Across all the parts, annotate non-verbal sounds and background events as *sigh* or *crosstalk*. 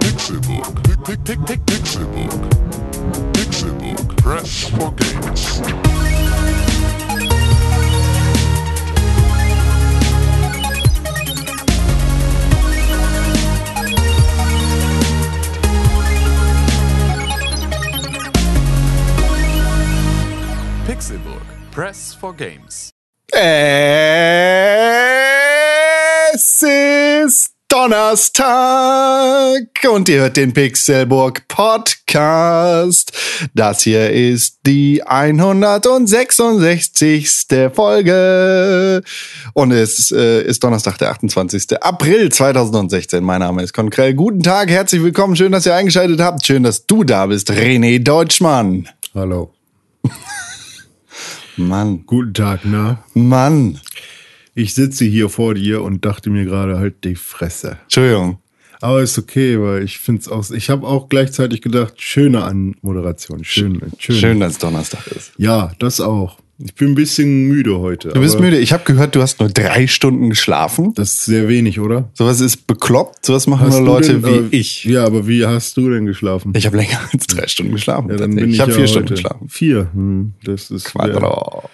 Pixelburg. Pick, pick, pick, pick, Pixelburg. Pixelburg. Press for games. Pixelburg. Press for games. Es ist Donnerstag und ihr hört den Pixelburg Podcast. Das hier ist die 166. Folge. Und es äh, ist Donnerstag, der 28. April 2016. Mein Name ist Konkrell. Guten Tag, herzlich willkommen. Schön, dass ihr eingeschaltet habt. Schön, dass du da bist, René Deutschmann. Hallo. *laughs* Mann, Guten Tag, na? Mann. Ich sitze hier vor dir und dachte mir gerade halt die Fresse. Entschuldigung. Aber ist okay, weil ich find's auch. Ich habe auch gleichzeitig gedacht, schöne Anmoderation. Schön, schön. Schön, dass es Donnerstag ist. Ja, das auch. Ich bin ein bisschen müde heute. Du bist müde. Ich habe gehört, du hast nur drei Stunden geschlafen. Das ist sehr wenig, oder? Sowas ist bekloppt. Sowas machen nur du Leute denn, wie äh, ich. Ja, aber wie hast du denn geschlafen? Ich habe länger als drei Stunden geschlafen. ja, tatsächlich. ich habe ja vier Stunden heute- geschlafen. Vier. Hm, das ist. Ja. Quadro.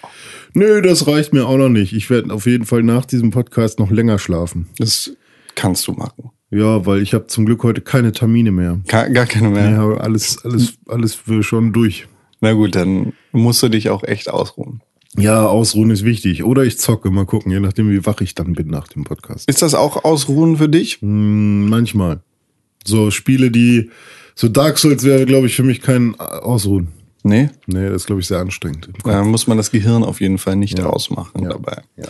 Nö, das reicht mir auch noch nicht. Ich werde auf jeden Fall nach diesem Podcast noch länger schlafen. Das kannst du machen. Ja, weil ich habe zum Glück heute keine Termine mehr. Ka- Gar keine mehr. Ja, aber alles, alles, alles wir schon durch. Na gut, dann musst du dich auch echt ausruhen. Ja, ausruhen ist wichtig. Oder ich zocke, mal gucken, je nachdem, wie wach ich dann bin nach dem Podcast. Ist das auch Ausruhen für dich? Hm, manchmal. So Spiele, die. So Dark Souls wäre, glaube ich, für mich kein Ausruhen. Nee. Nee, das ist, glaube ich, sehr anstrengend. Da muss man das Gehirn auf jeden Fall nicht ausmachen Ja. dabei. Ja.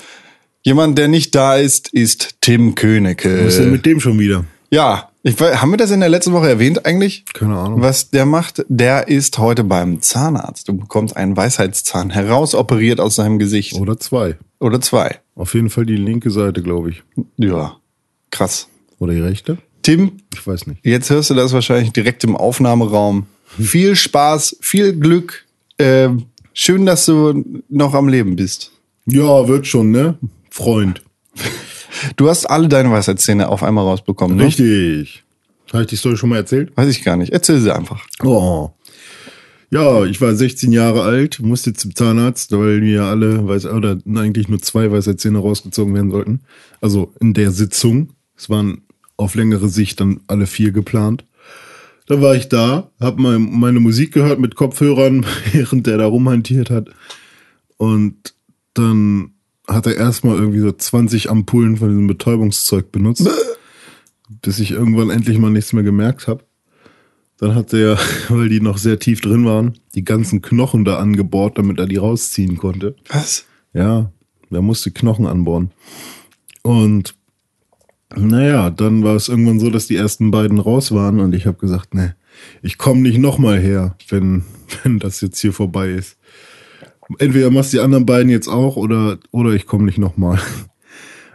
Jemand, der nicht da ist, ist Tim Was ist denn Königke. mit dem schon wieder? Ja, ich, we- haben wir das in der letzten Woche erwähnt eigentlich? Keine Ahnung. Was der macht, der ist heute beim Zahnarzt. Du bekommst einen Weisheitszahn herausoperiert aus seinem Gesicht. Oder zwei. Oder zwei. Auf jeden Fall die linke Seite, glaube ich. Ja, krass. Oder die rechte? Tim, Ich weiß nicht. jetzt hörst du das wahrscheinlich direkt im Aufnahmeraum. Viel Spaß, viel Glück. Ähm, schön, dass du noch am Leben bist. Ja, wird schon, ne? Freund. Du hast alle deine Weisheitszähne auf einmal rausbekommen, ne? Richtig. Habe ich die Story schon mal erzählt? Weiß ich gar nicht. Erzähl sie einfach. Oh. Ja, ich war 16 Jahre alt, musste zum Zahnarzt, weil mir alle, weiß, oder eigentlich nur zwei weiße Zähne rausgezogen werden sollten. Also in der Sitzung. Es waren auf längere Sicht dann alle vier geplant. Da war ich da, habe mein, meine Musik gehört mit Kopfhörern, *laughs* während der da rumhantiert hat. Und dann hat er erstmal irgendwie so 20 Ampullen von diesem Betäubungszeug benutzt, bis ich irgendwann endlich mal nichts mehr gemerkt habe. Dann hat er, *laughs* weil die noch sehr tief drin waren, die ganzen Knochen da angebohrt, damit er die rausziehen konnte. Was? Ja, er musste Knochen anbohren. Und naja, dann war es irgendwann so, dass die ersten beiden raus waren und ich habe gesagt, ne, ich komme nicht nochmal her, wenn, *laughs* wenn das jetzt hier vorbei ist. Entweder machst du die anderen beiden jetzt auch oder, oder ich komme nicht nochmal. *laughs*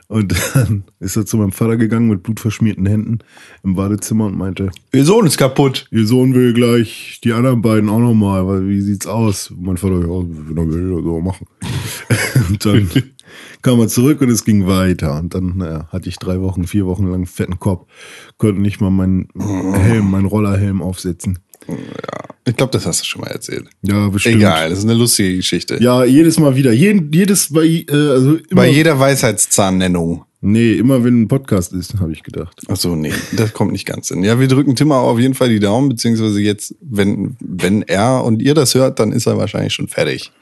Und dann ist er zu meinem Vater gegangen mit blutverschmierten Händen im Badezimmer und meinte, Ihr Sohn ist kaputt. Ihr Sohn will gleich die anderen beiden auch nochmal, weil wie sieht's aus? Mein Vater, ja, wenn er will, so machen. und dann *laughs* kam er zurück und es ging weiter. Und dann naja, hatte ich drei Wochen, vier Wochen lang fetten Kopf. Konnte nicht mal meinen Helm, meinen Rollerhelm aufsetzen. Ich glaube, das hast du schon mal erzählt. Ja, bestimmt. Egal, das ist eine lustige Geschichte. Ja, jedes Mal wieder. Jeden, jedes bei, äh, also immer, Bei jeder Weisheitszahnnennung. nee, immer wenn ein Podcast ist, habe ich gedacht. Ach so, nee, das kommt nicht ganz hin. Ja, wir drücken Tim auch auf jeden Fall die Daumen, beziehungsweise jetzt, wenn, wenn er und ihr das hört, dann ist er wahrscheinlich schon fertig.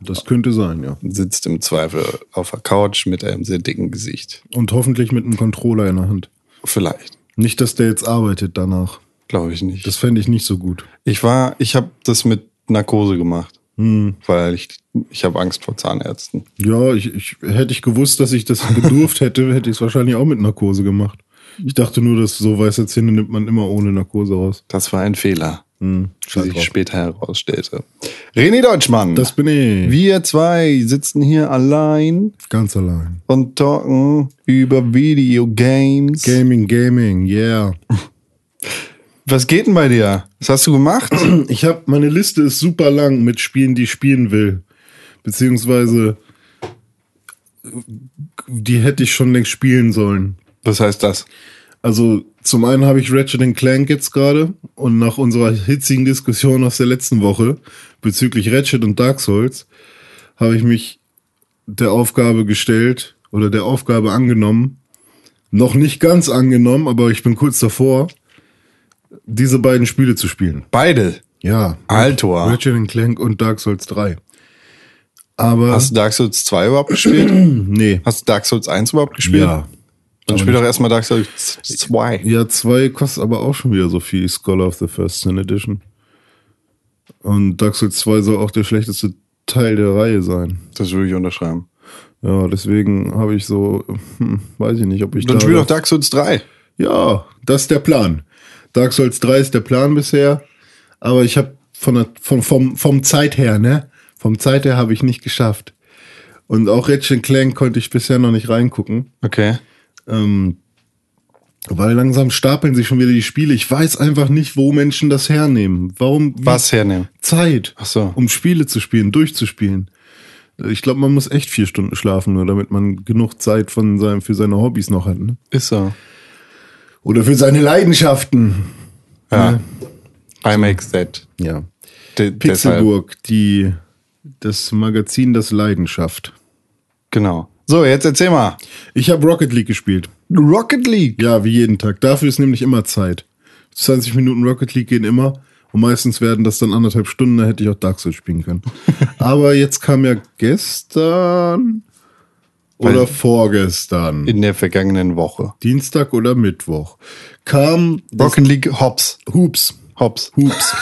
Das könnte sein, ja. Sitzt im Zweifel auf der Couch mit einem sehr dicken Gesicht. Und hoffentlich mit einem Controller in der Hand. Vielleicht. Nicht, dass der jetzt arbeitet danach. Glaube ich nicht. Das fände ich nicht so gut. ich war, ich habe das mit Narkose gemacht. Hm. Weil ich, ich habe Angst vor Zahnärzten. Ja, ich, ich hätte ich gewusst, dass ich das bedurft hätte, hätte ich es wahrscheinlich auch mit Narkose gemacht. Ich dachte nur, dass so weiße Zähne nimmt man immer ohne Narkose raus. Das war ein Fehler, Hm, wie scheiß sich drauf. später herausstellte. René Deutschmann. Das bin ich. wir zwei sitzen hier allein Ganz allein. und talken über Videogames. Gaming, Gaming, yeah. Was geht denn bei dir? Was hast du *clears throat* gemacht? Ich habe meine Liste ist super lang mit Spielen, die ich spielen will. Beziehungsweise äh, die hätte ich schon längst spielen sollen. Was heißt das? Also Zum einen habe ich Ratchet Clank jetzt gerade und nach unserer hitzigen Diskussion aus der letzten Woche bezüglich Ratchet und Dark Souls habe ich mich der Aufgabe gestellt oder der Aufgabe angenommen. Noch nicht ganz angenommen, aber ich bin kurz davor, diese beiden Spiele zu spielen. Beide. Ja. Altor. Ratchet Clank und Dark Souls 3. Aber Hast du Dark Souls 2 überhaupt *clears throat* gespielt? nee. Hast du Dark Souls 1 überhaupt gespielt? Ja. Dann spiel doch erstmal Dark Souls 2. Ja, zwei kostet aber auch schon wieder so viel, die Scholar of the First Sin Edition. Und Dark Souls 2 soll auch der schlechteste Teil der Reihe sein. Das würde ich unterschreiben. Ja, deswegen habe ich so, hm, weiß ich nicht, ob ich Dann da spiel doch Dark Souls 3. Ja, das ist der Plan. Dark Souls 3 ist der Plan bisher, aber ich habe von der, von, vom, vom Zeit her, ne? Vom Zeit her habe ich nicht geschafft. Und auch Ratchet Clank konnte ich bisher noch nicht reingucken. Okay. Ähm, weil langsam stapeln sich schon wieder die Spiele. Ich weiß einfach nicht, wo Menschen das hernehmen. Warum? wie- Was hernehmen? Zeit. Ach so. Um Spiele zu spielen, durchzuspielen. Äh, Ich glaube, man muss echt vier Stunden schlafen, nur damit man genug Zeit von seinem, für seine Hobbys noch hat. Ne? Ist so. Oder für seine Leidenschaften. Ja. I make that. Ja. De deshalb. Pixelburg, die, das Magazin, das Leidenschaft. Genau. So, jetzt erzähl mal. Ich habe Rocket League gespielt. Rocket League. Ja, wie jeden Tag. Dafür ist nämlich immer Zeit. 20 Minuten Rocket League gehen immer. Und meistens werden das dann anderthalb Stunden, da hätte ich auch Dark Souls spielen *laughs* können. Aber jetzt kam ja gestern oder Weil- vorgestern, In der vergangenen Woche. Dienstag oder Mittwoch, kam das Rocket League Hops. Hoops. Hops. Hoops.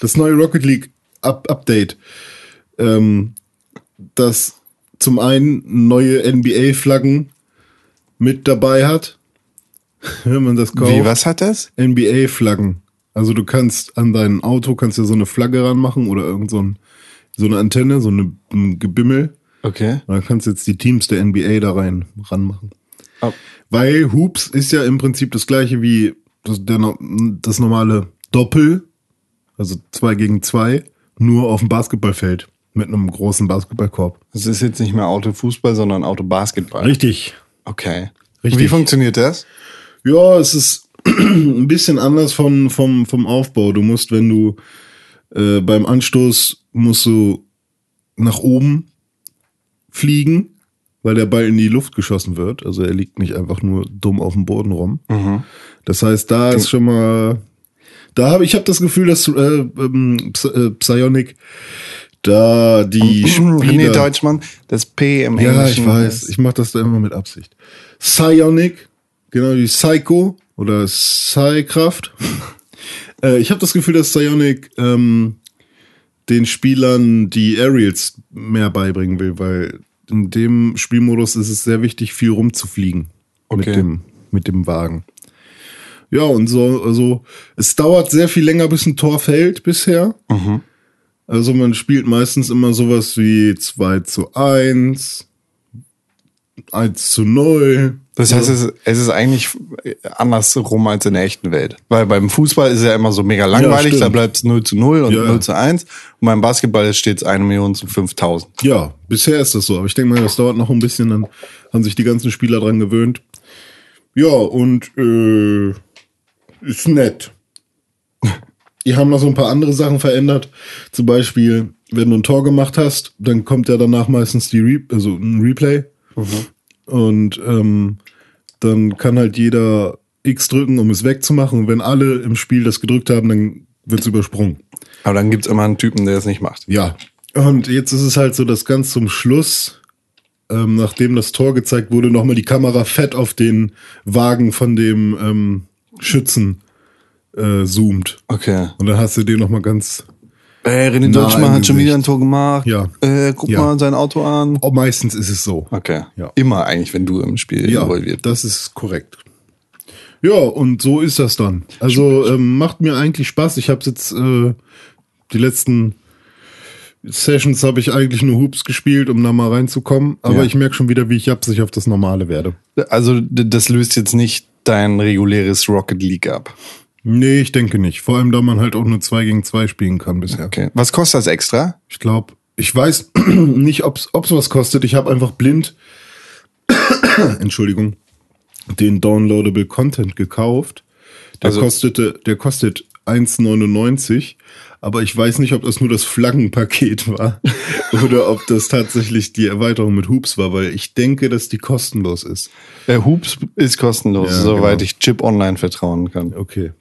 Das neue Rocket League Up Update. Ähm, das zum einen neue NBA-Flaggen mit dabei hat. Wenn man das kauft. Wie, was hat das? NBA-Flaggen. Also du kannst an dein Auto kannst ja so eine Flagge ranmachen oder irgend so, ein, so eine Antenne, so eine, ein Gebimmel. Okay. Und dann kannst du jetzt die Teams der NBA da rein ranmachen. Ah. Weil Hoops ist ja im Prinzip das gleiche wie das, der, no- das normale Doppel, also zwei gegen zwei, nur auf dem Basketballfeld mit einem großen Basketballkorb. Es ist jetzt nicht mehr Autofußball, sondern Autobasketball. Richtig. Okay. Richtig. Wie funktioniert das? Ja, es ist *clears throat* ein bisschen anders von, vom, vom Aufbau. Du musst, wenn du äh, beim Anstoß musst du nach oben fliegen, weil der Ball in die Luft geschossen wird. Also er liegt nicht einfach nur dumm auf dem Boden rum. Das heißt, da ist schon mal. Da habe ich habe das Gefühl, dass äh, ähm, Psy äh, Psionic da *clears throat* *laughs* die Spieler. René Deutschmann, das P im Ja, Englischen. ich weiß. Ich mache das da immer mit Absicht. Psionic, genau wie Psycho oder Psykraft. *laughs* äh, ich habe das Gefühl, dass Psionic ähm, den Spielern die Aerials mehr beibringen will, weil in dem Spielmodus ist es sehr wichtig, viel rumzufliegen Okay. mit, dem, mit dem Wagen. Ja, und so, also es dauert sehr viel länger, bis ein Tor fällt bisher. Also man spielt meistens immer sowas wie 2 zu 1, 1 zu 0. Das heißt, es, es ist eigentlich andersrum als in der echten Welt. Weil beim Fußball ist es ja immer so mega langweilig, stimmt. da bleibt es 0 zu 0 und Ja, ja. 0 zu 1. Und beim Basketball steht es 1 Million zu 5000. Ja, bisher ist das so, aber ich denke mal, das dauert noch ein bisschen, dann haben sich die ganzen Spieler dran gewöhnt. Ja, und äh, ist nett. *laughs* Die haben noch so ein paar andere Sachen verändert. Zum Beispiel, wenn du ein Tor gemacht hast, dann kommt ja danach meistens die Re also ein Replay. Und ähm, dann kann halt jeder X drücken, um es wegzumachen. Und wenn alle im Spiel das gedrückt haben, dann wird es übersprungen. Aber dann gibt es immer einen Typen, der es nicht macht. Ja. Und jetzt ist es halt so, dass ganz zum Schluss, ähm, nachdem das Tor gezeigt wurde, nochmal die Kamera fett auf den Wagen von dem ähm, Schützen äh, zoomt. Okay. Und dann hast du den nochmal ganz, Ey, René Na, Deutschmann im hat schon Gesicht. wieder ein Tor gemacht. Ja. Äh, guck Ja. mal sein Auto an. oh, meistens ist es so. Okay. Ja. Immer eigentlich, wenn du im Spiel Ja, involviert das ist korrekt. Ja, und so ist das dann. Also ähm, macht mir eigentlich Spaß. Ich habe jetzt äh, die letzten Sessions habe ich eigentlich nur Hoops gespielt, um da mal reinzukommen. Aber Ja. ich merke schon wieder, wie ich absichtlich auf das Normale werde. bist. Also, d- das löst jetzt nicht dein reguläres Rocket League ab. Nee, ich denke nicht. Vor allem, da man halt auch nur 2 gegen 2 spielen kann bisher. Okay. Was kostet das extra? Ich glaube, ich weiß *clears throat* nicht, ob es was kostet. Ich habe einfach blind, *clears throat* Entschuldigung, den Downloadable Content gekauft. Der Also- kostete, der kostet 1,99. Aber ich weiß nicht, ob das nur das Flaggenpaket *laughs* war oder ob das tatsächlich die Erweiterung mit Hoops war, weil ich denke, dass die kostenlos ist. Äh, Hoops ist kostenlos, Ja, soweit genau. ich Chip Online vertrauen kann. Okay,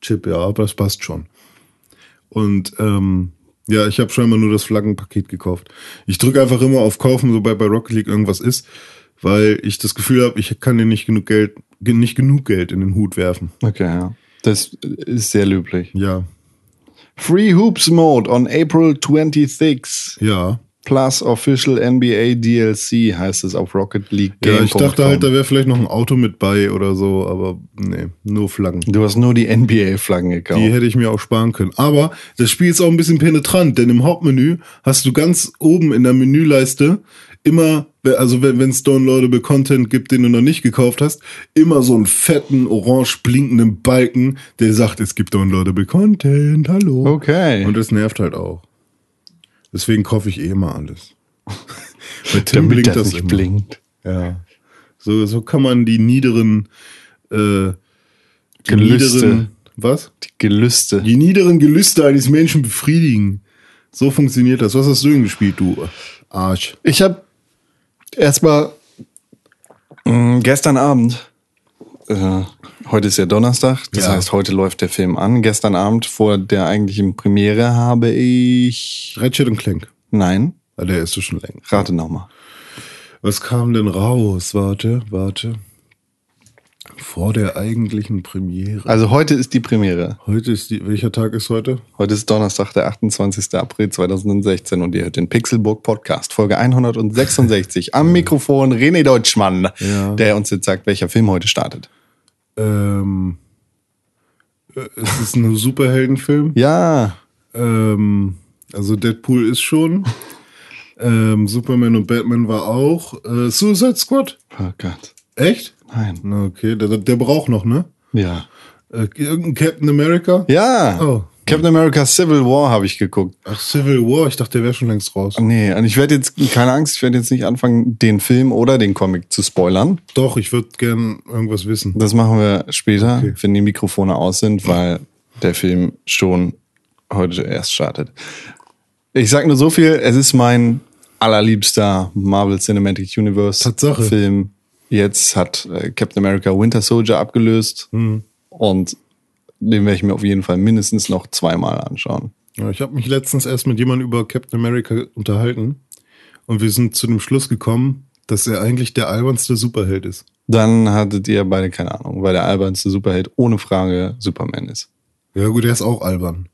Chip, ja, aber das passt schon. Und ähm, ja, ich habe scheinbar nur das Flaggenpaket gekauft. Ich drücke einfach immer auf Kaufen, sobald bei Rocket League irgendwas ist, weil ich das Gefühl habe, ich kann dir nicht genug Geld, ge- nicht genug Geld in den Hut werfen. Okay, ja. Das ist sehr löblich. Ja, Free Hoops Mode on April 26. ja. Plus Official NBA DLC heißt es auf Rocket League Game. Ja, ich dachte halt, da wäre vielleicht noch ein Auto mit bei oder so, aber nee, nur Flaggen. du hast nur die NBA-Flaggen gekauft. Die hätte ich mir auch sparen können. Aber das Spiel ist auch ein bisschen penetrant, denn im Hauptmenü hast du ganz oben in der Menüleiste immer, also wenn es downloadable Content gibt, den du noch nicht gekauft hast, immer so einen fetten, orange blinkenden Balken, der sagt, es gibt downloadable Content, hallo. Okay. Und das nervt halt auch. Deswegen kaufe ich eh *laughs* immer alles. Bei Tim damit blinkt das, das, nicht immer. blinkt. Ja. So, so kann man die niederen, äh, die Gelüste. niederen, was? Die Gelüste. Die niederen Gelüste eines Menschen befriedigen. So funktioniert das. Was hast du denn gespielt, du Arsch? Ich habe erstmal mh, Mm, gestern Abend, äh, heute ist ja Donnerstag, das Ja. heißt, heute läuft der Film an. Gestern Abend vor der eigentlichen Premiere habe ich. Ratchet und Clank. Nein, Ah, der ist doch schon länger. rate nochmal. Was kam denn raus? Warte, warte. Vor der eigentlichen Premiere. Also heute ist die Premiere. Heute ist die, welcher Tag ist heute? Heute ist Donnerstag, der 28. April 2016 und ihr hört den Pixelburg Podcast, Folge 166. Am Mikrofon René Deutschmann, Ja. der uns jetzt sagt, welcher Film heute startet. Ähm, äh, es ist ein Superheldenfilm. Ja, Ähm, also Deadpool ist schon. ähm, Superman und Batman war auch. Äh, Suicide Squad? oh Gott, Echt? nein. Na, Okay, der, der braucht noch, ne? Ja. Äh, irgendein Captain America? Ja. Oh. Captain America Civil War habe ich geguckt. Ach, Civil War, ich dachte, der wäre schon längst raus. Nee, und ich werde jetzt, keine Angst, ich werde jetzt nicht anfangen, den Film oder den Comic zu spoilern. Doch, ich würde gern irgendwas wissen. Das machen wir später, wenn die Mikrofone aus sind, weil der Film schon heute erst startet. Ich sag nur so viel, es ist mein allerliebster Marvel Cinematic Universe Tatsache. Film. Jetzt hat äh, Captain America Winter Soldier abgelöst Mhm. und den werde ich mir auf jeden Fall mindestens noch zweimal anschauen. Ja, ich habe mich letztens erst mit jemandem über Captain America unterhalten und wir sind zu dem Schluss gekommen, dass er eigentlich der albernste Superheld ist. Dann hattet ihr beide keine Ahnung, weil der albernste Superheld ohne Frage Superman ist. Ja, gut, er ist auch albern.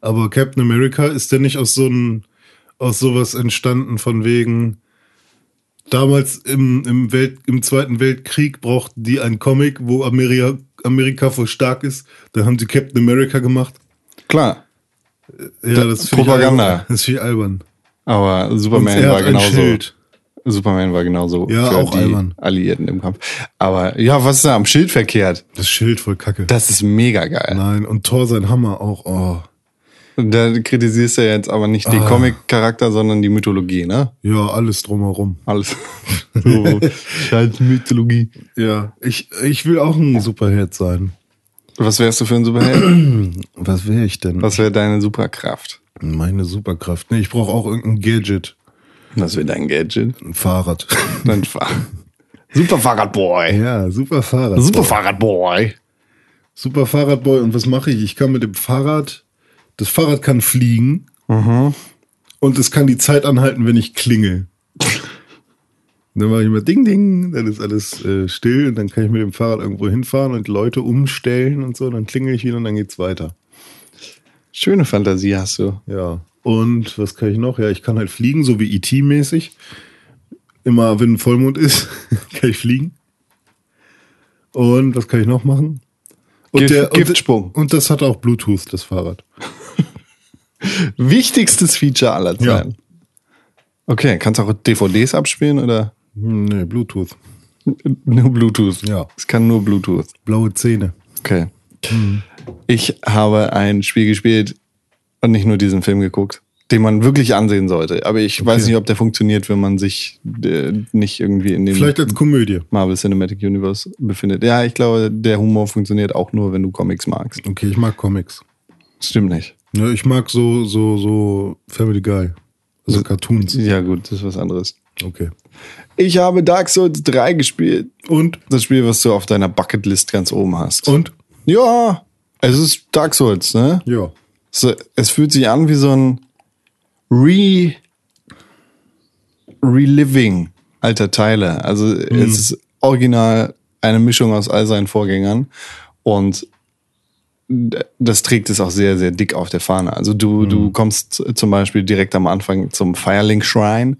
Aber Captain America ist der nicht aus so einem, aus sowas entstanden von wegen. Damals im, im, Welt, im Zweiten Weltkrieg brauchten die einen Comic, wo Amerika, Amerika voll stark ist. Da haben sie Captain America gemacht. Klar, Ja, das finde ich Propaganda. albern. Das finde ich albern. aber Superman Und er war hat ein genauso. Schild. Superman war genauso Ja, für auch die albern. Alliierten im Kampf. Aber ja, was ist da am Schild verkehrt? Das Schild voll Kacke. Das ist mega geil. Nein, und Thor sein Hammer auch. Oh. Und Da kritisierst du ja jetzt aber nicht die Ah. Comic-Charakter, sondern die Mythologie, ne? Ja, alles drumherum. *laughs* Alles. so, Scheiß Mythologie. Ja, ich, ich will auch ein Superheld sein. Was wärst du für ein Superheld? Was wäre ich denn? Was wäre deine Superkraft? Meine Superkraft. Nee, ich brauche auch irgendein Gadget. Was wäre dein Gadget? Ein Fahrrad. Dein Fahr *laughs* Super Fahrradboy. ja, super Fahrrad. Super Fahrradboy. Super Fahrradboy. Und was mache ich? Ich kann mit dem Fahrrad. Das Fahrrad kann fliegen. Mhm. Und es kann die Zeit anhalten, wenn ich klingel. *laughs* Dann mache ich immer Ding Ding, dann ist alles äh, still und dann kann ich mit dem Fahrrad irgendwo hinfahren und Leute umstellen und so. Dann klingel ich wieder und dann geht's weiter. Schöne Fantasie hast du. Ja. Und was kann ich noch? Ja, ich kann halt fliegen, so wie IT-mäßig. Immer wenn Vollmond ist, *laughs* kann ich fliegen. Und was kann ich noch machen? Und Gift- der- und- *laughs* Giftsprung. Und das hat auch Bluetooth, das Fahrrad. Wichtigstes Feature aller Ja. Zeiten. Okay, kannst du auch DVDs abspielen oder? Hm, Nee, Bluetooth. Nur Bluetooth. Ja. Es kann nur Bluetooth. Blaue Zähne. Okay. Mhm. Ich habe ein Spiel gespielt und nicht nur diesen Film geguckt. den man wirklich ansehen sollte. Aber ich weiß nicht, ob der funktioniert, wenn man sich äh, nicht irgendwie in dem Vielleicht als Komödie. Marvel Cinematic Universe befindet. Ja, ich glaube, der Humor funktioniert auch nur, wenn du Comics magst. Okay, ich mag Comics. Stimmt nicht. Ja, ich mag so, so, so Family Guy. Also Cartoons. Ja, gut, das ist was anderes. Okay. Ich habe Dark Souls 3 gespielt. Und? Das Spiel, was du auf deiner Bucketlist ganz oben hast. Und? Ja, es ist Dark Souls, ne? Ja. So, es fühlt sich an wie so ein Re Reliving alter Teile. Also es ist original eine Mischung aus all seinen Vorgängern und d- das trägt es auch sehr, sehr dick auf der Fahne. Also du, du kommst zum Beispiel direkt am Anfang zum Firelink Shrine.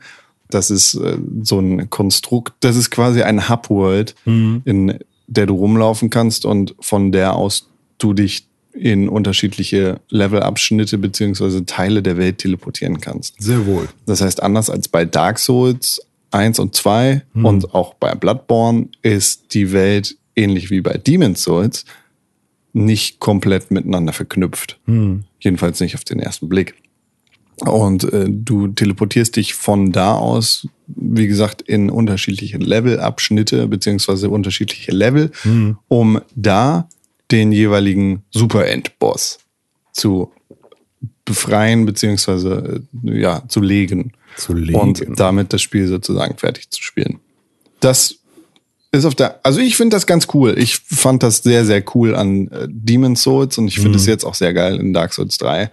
Das ist äh, so ein Konstrukt, das ist quasi ein Hub-World, in der du rumlaufen kannst und von der aus du dich in unterschiedliche Levelabschnitte beziehungsweise Teile der Welt teleportieren kannst. Sehr wohl. Das heißt, anders als bei Dark Souls 1 und 2 und auch bei Bloodborne ist die Welt ähnlich wie bei Demon's Souls nicht komplett miteinander verknüpft. Jedenfalls nicht auf den ersten Blick. Und äh, du teleportierst dich von da aus, wie gesagt, in unterschiedliche Levelabschnitte beziehungsweise unterschiedliche Level, um da den jeweiligen Super-End-Boss zu befreien beziehungsweise äh, ja zu legen. Zu legen. und damit das Spiel sozusagen fertig zu spielen. Das ist auf der, also ich finde das ganz cool. Ich fand das sehr, sehr cool an äh, Demon's Souls und ich finde es jetzt auch sehr geil in Dark Souls 3,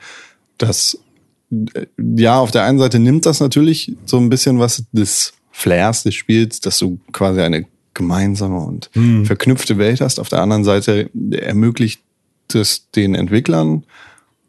dass äh, ja, auf der einen Seite nimmt das natürlich so ein bisschen was des Flairs des Spiels, dass du quasi eine gemeinsame und verknüpfte Welt hast. Auf der anderen Seite ermöglicht es den Entwicklern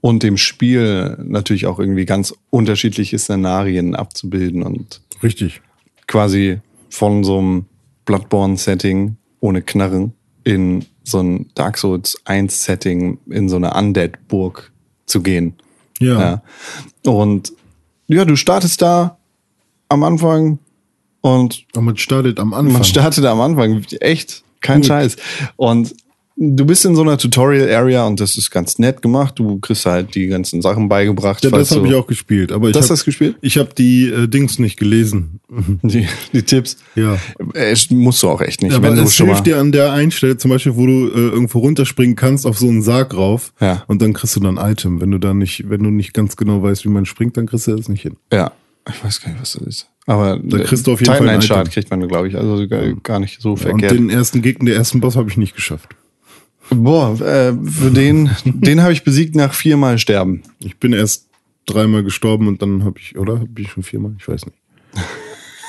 und dem Spiel natürlich auch irgendwie ganz unterschiedliche Szenarien abzubilden und Richtig. quasi von so einem Bloodborne-Setting ohne Knarren in so ein Dark Souls 1-Setting in so eine Undead-Burg zu gehen. Ja. Ja. Und ja, du startest da am Anfang und Aber man startet am Anfang. man startet am Anfang. Echt, kein Scheiß. Und du bist in so einer Tutorial-Area und das ist ganz nett gemacht. Du kriegst halt die ganzen Sachen beigebracht. ja, falls das habe du- ich auch gespielt. Aber ich Das hab- hast du gespielt? Mhm. Ich habe die äh, Dings nicht gelesen. Die, die Tipps. Ja. Äh, musst du auch echt nicht. Ja, aber wenn du das schon mal hilft dir an der einen Stelle, zum Beispiel, wo du äh, irgendwo runterspringen kannst auf so einen Sarg rauf Ja. und dann kriegst du dann Item. Wenn du da nicht, wenn du nicht ganz genau weißt, wie man springt, dann kriegst du das nicht hin. Ja, ich weiß gar nicht, was das ist. Aber da kriegst du auf jeden Fall ein Chart Item. kriegt man, glaube ich. Also gar, gar nicht so Und verkehrt. den ersten Gegner, den ersten Boss habe ich nicht geschafft. Boah, äh, für den, *laughs* den habe ich besiegt nach viermal Sterben. Ich bin erst dreimal gestorben und dann habe ich, oder? Bin ich schon viermal? *laughs* Ich weiß nicht.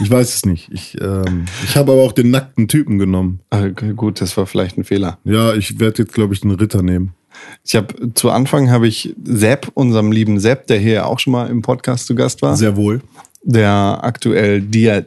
Ich weiß es nicht. Ich, ähm, ich habe aber auch den nackten Typen genommen. Ah, g- gut, das war vielleicht ein Fehler. Ja, ich werde jetzt, glaube ich, den Ritter nehmen. Ich habe zu Anfang habe ich Sepp, unserem lieben Sepp, der hier auch schon mal im Podcast zu Gast war, Sehr wohl. der aktuell Dia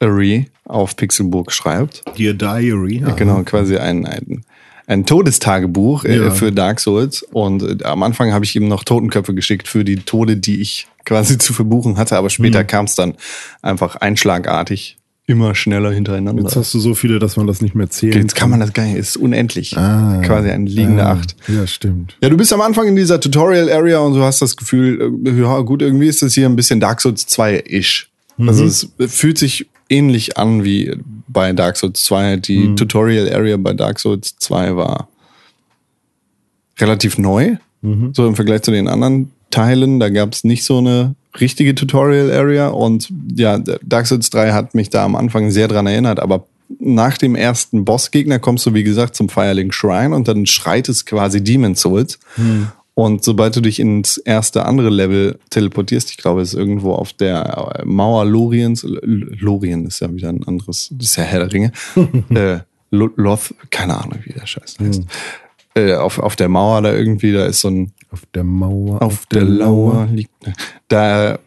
Diary auf Pixelburg schreibt. Dear Diary. Ja. Genau, quasi ein, ein, ein Todestagebuch äh, Ja. für Dark Souls. Und äh, am Anfang habe ich ihm noch Totenköpfe geschickt für die Tode, die ich quasi *laughs* zu verbuchen hatte. Aber später Mhm. kam es dann einfach einschlagartig immer schneller hintereinander. Jetzt hast du so viele, dass man das nicht mehr zählen Jetzt kann man das gar nicht, es ist unendlich. Ah. quasi ein liegende Ja. Acht. Ja, stimmt. Ja, du bist am Anfang in dieser Tutorial-Area und du hast das Gefühl, äh, ja gut, irgendwie ist das hier ein bisschen Dark Souls 2-ish. Also es fühlt sich ähnlich an wie bei Dark Souls 2. Die Tutorial-Area bei Dark Souls 2 war relativ neu, so im Vergleich zu den anderen Teilen. Da gab es nicht so eine richtige Tutorial-Area und ja, Dark Souls 3 hat mich da am Anfang sehr dran erinnert, aber nach dem ersten Bossgegner kommst du, wie gesagt, zum Firelink Shrine und dann schreit es quasi Demon Souls. Und sobald du dich ins erste andere Level teleportierst, ich glaube, es ist irgendwo auf der äh, Mauer Loriens, L- Lorien ist ja wieder ein anderes, das ist ja Herr der Ringe, äh, Lo- Loth, keine Ahnung, wie der Scheiß heißt. Äh, auf, auf der Mauer da irgendwie, da ist so ein, Auf der Mauer. auf der Lauer liegt. Da.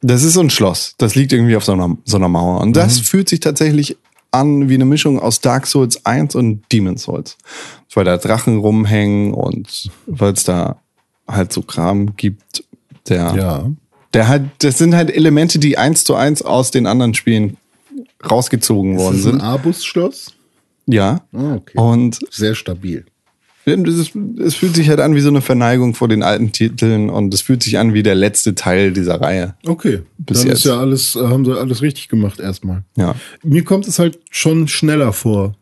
Das ist so ein Schloss. Das liegt irgendwie auf so einer, so einer Mauer. Und das fühlt sich tatsächlich an wie eine Mischung aus Dark Souls 1 und Demon Souls. Weil da Drachen rumhängen und weil es da halt so Kram gibt, der, Ja. der halt, das sind halt Elemente, die eins zu eins aus den anderen Spielen rausgezogen worden Das ist ein sind. Arbusschloss. Ja. Ah, okay. Und Sehr stabil. Das ist- Es fühlt sich halt an wie so eine Verneigung vor den alten Titeln und es fühlt sich an wie der letzte Teil dieser Reihe. Okay, Bis dann jetzt. ist ja alles, äh, haben sie alles richtig gemacht erstmal. Ja. Mir kommt es halt schon schneller vor.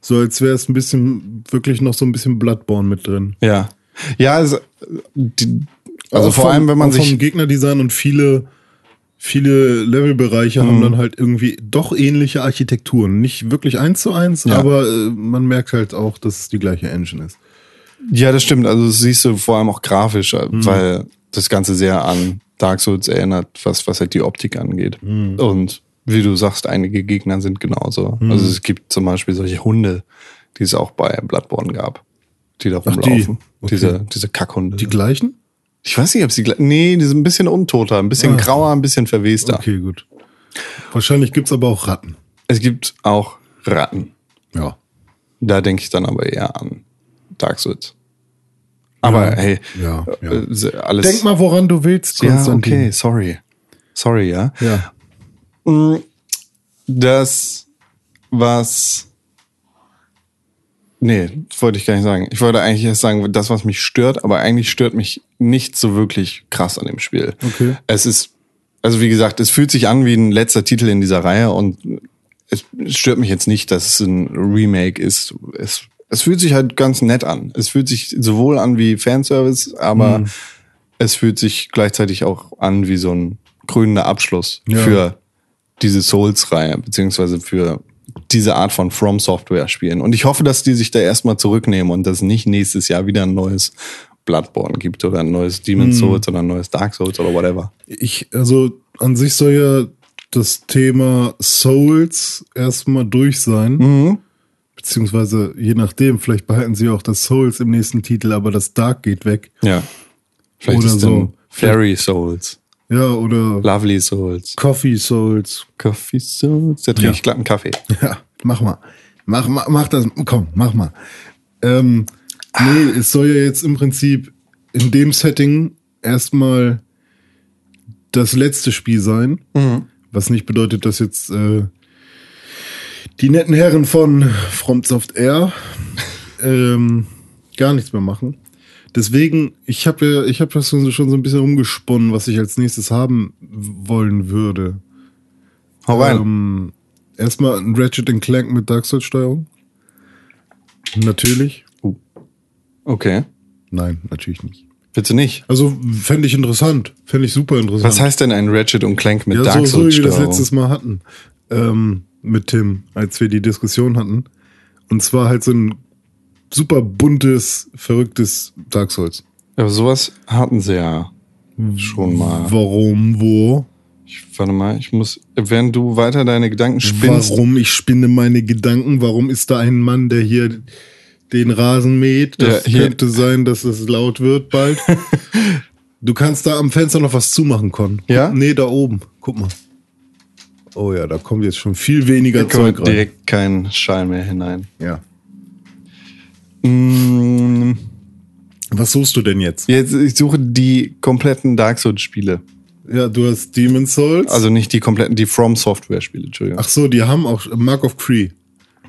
So als wäre es ein bisschen, wirklich noch so ein bisschen Bloodborne mit drin. Ja. Ja, es, die, also Auch vor vom- allem, wenn man auch sich. Vom Gegnerdesign und viele, viele Levelbereiche Mhm. haben dann halt irgendwie doch ähnliche Architekturen. Nicht wirklich eins zu eins, Ja. aber äh, man merkt halt auch, dass es die gleiche Engine ist. Ja, das stimmt. Also das siehst du vor allem auch grafisch, äh, Mhm. weil das Ganze sehr an Dark Souls erinnert, was, was halt die Optik angeht. Mhm. Und wie du sagst, einige Gegner sind genauso. Also es gibt zum Beispiel solche Hunde, die es auch bei Bloodborne gab, die da die. rumlaufen. Okay. Diese, diese Kackhunde. Die gleichen? Ich weiß nicht, ob sie gleich. Nee, die sind ein bisschen untoter, ein bisschen grauer, ein bisschen verwester. Ah. Okay, gut. Wahrscheinlich gibt's aber auch Ratten. Es gibt auch Ratten. Ja. Da denke ich dann aber eher an Dark Souls. Aber hey, Ja, ja. äh, se- alles. Denk mal, woran du willst, ja, okay, sorry. Sorry, ja. Mm, Ja. Das, was. Nee, das wollte ich gar nicht sagen. Ich wollte eigentlich erst sagen, das, was mich stört, aber eigentlich stört mich nicht so wirklich krass an dem Spiel. Okay. Es ist, also wie gesagt, es fühlt sich an wie ein letzter Titel in dieser Reihe und es stört mich jetzt nicht, dass es ein Remake ist. Es, es fühlt sich halt ganz nett an. Es fühlt sich sowohl an wie Fanservice, aber es fühlt sich gleichzeitig auch an wie so ein krönender Abschluss Ja. für diese Souls-Reihe, beziehungsweise für diese Art von From Software-Spielen. Und ich hoffe, dass die sich da erstmal zurücknehmen und dass es nicht nächstes Jahr wieder ein neues Bloodborne gibt oder ein neues Demon's Souls oder ein neues Dark Souls oder whatever. Ich, also an sich soll ja das Thema Souls erstmal durch sein. Mhm. Beziehungsweise, je nachdem, vielleicht behalten sie auch das Souls im nächsten Titel, aber das Dark geht weg. Ja. Vielleicht Oder ist dann so. Fairy Souls, Ja, oder Lovely Souls, Coffee Souls. Coffee Souls. Da trinke Ja. ich glatten Kaffee. Ja, mach mal. Mach, mach, mach das. Komm, mach mal. Ähm, nee, es soll ja jetzt im Prinzip in dem Setting erstmal das letzte Spiel sein. Was nicht bedeutet, dass jetzt äh, die netten Herren von From Soft Air ähm, gar nichts mehr machen. Deswegen, ich habe ja, ich habe das schon so- schon so ein bisschen rumgesponnen, was ich als nächstes haben wollen würde. Hau rein. Ähm, erstmal ein Ratchet Clank mit Dark Souls Steuerung. Natürlich. Oh, okay. Nein, natürlich nicht. Bitte nicht. Also fände ich interessant. Fände ich super interessant. Was heißt denn ein Ratchet und Clank mit ja, Dark so, so Souls? wie wir das Steuerung? letztes Mal hatten. Ähm, mit Tim, als wir die Diskussion hatten. Und zwar halt so ein super buntes, verrücktes Dark Souls. Aber sowas hatten sie ja schon mal. Warum, wo? Ich, warte mal, ich muss, während du weiter deine Gedanken spinnst. Warum ich spinne meine Gedanken? Warum ist da ein Mann, der hier den Rasen mäht? Das Ja, hier- könnte sein, dass es laut *laughs* wird bald. du kannst da am Fenster noch was zumachen, Con. Ja? Nee, da oben. Guck mal. Oh ja, da kommt jetzt schon viel weniger Da Zeug kommt rein. direkt kein Schein mehr hinein. Ja. Mm, Was suchst du denn jetzt? Jetzt, ich suche die kompletten Dark Souls-Spiele. Ja, du hast Demon Souls. Also nicht die kompletten, die From Software-Spiele, Entschuldigung. Ach so, die haben auch Mark of Cree.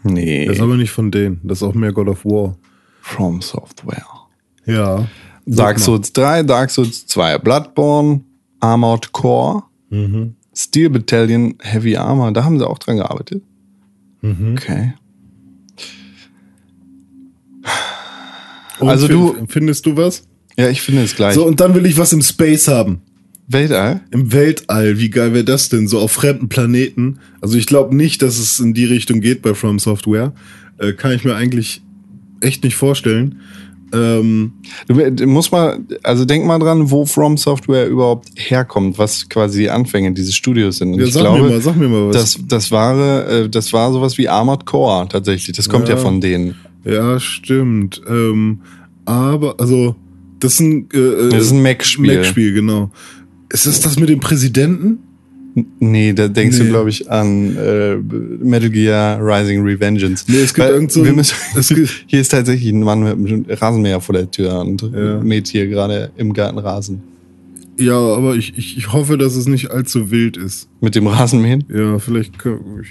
nee. Das ist aber nicht von denen. Das ist auch mehr God of War. From Software. Ja. Dark Souls 3, Dark Souls 2, Bloodborne, Armored Core, Mhm. Steel Battalion, Heavy Armor, da haben sie auch dran gearbeitet. Mhm. Okay. Und Also fin- Findest du was? Ja, ich finde es gleich. So, und dann will ich was im Space haben. Weltall? Im Weltall, wie geil wäre das denn? So auf fremden Planeten. Also ich glaube nicht, dass es in die Richtung geht bei From Software. Äh, kann ich mir eigentlich echt nicht vorstellen. Ähm, Du, äh, du musst mal, also denk mal dran, wo From Software überhaupt herkommt, was quasi die Anfänge dieses Studios sind. Und ja, ich sag glaube, mir mal, sag mir mal was. das, das wahre, äh, das war sowas wie Armored Core tatsächlich. Das kommt ja, Ja. von denen. ja, stimmt. Ähm, aber, also, das ist ein, äh, äh, Das ist ein Mac-Spiel. Mac-Spiel, genau. Ist das das mit dem Präsidenten? Nee, da denkst du, Nee. glaube ich, an äh, Metal Gear Rising Revengeance. Nee, es gibt Weil irgend so wir ein- müssen, es gibt- Hier ist tatsächlich ein Mann mit einem Rasenmäher vor der Tür und Ja. mäht hier gerade im Garten Rasen. Ja, aber ich, ich, ich hoffe, dass es nicht allzu wild ist. Mit dem Rasenmähen? Ja, vielleicht kann ich.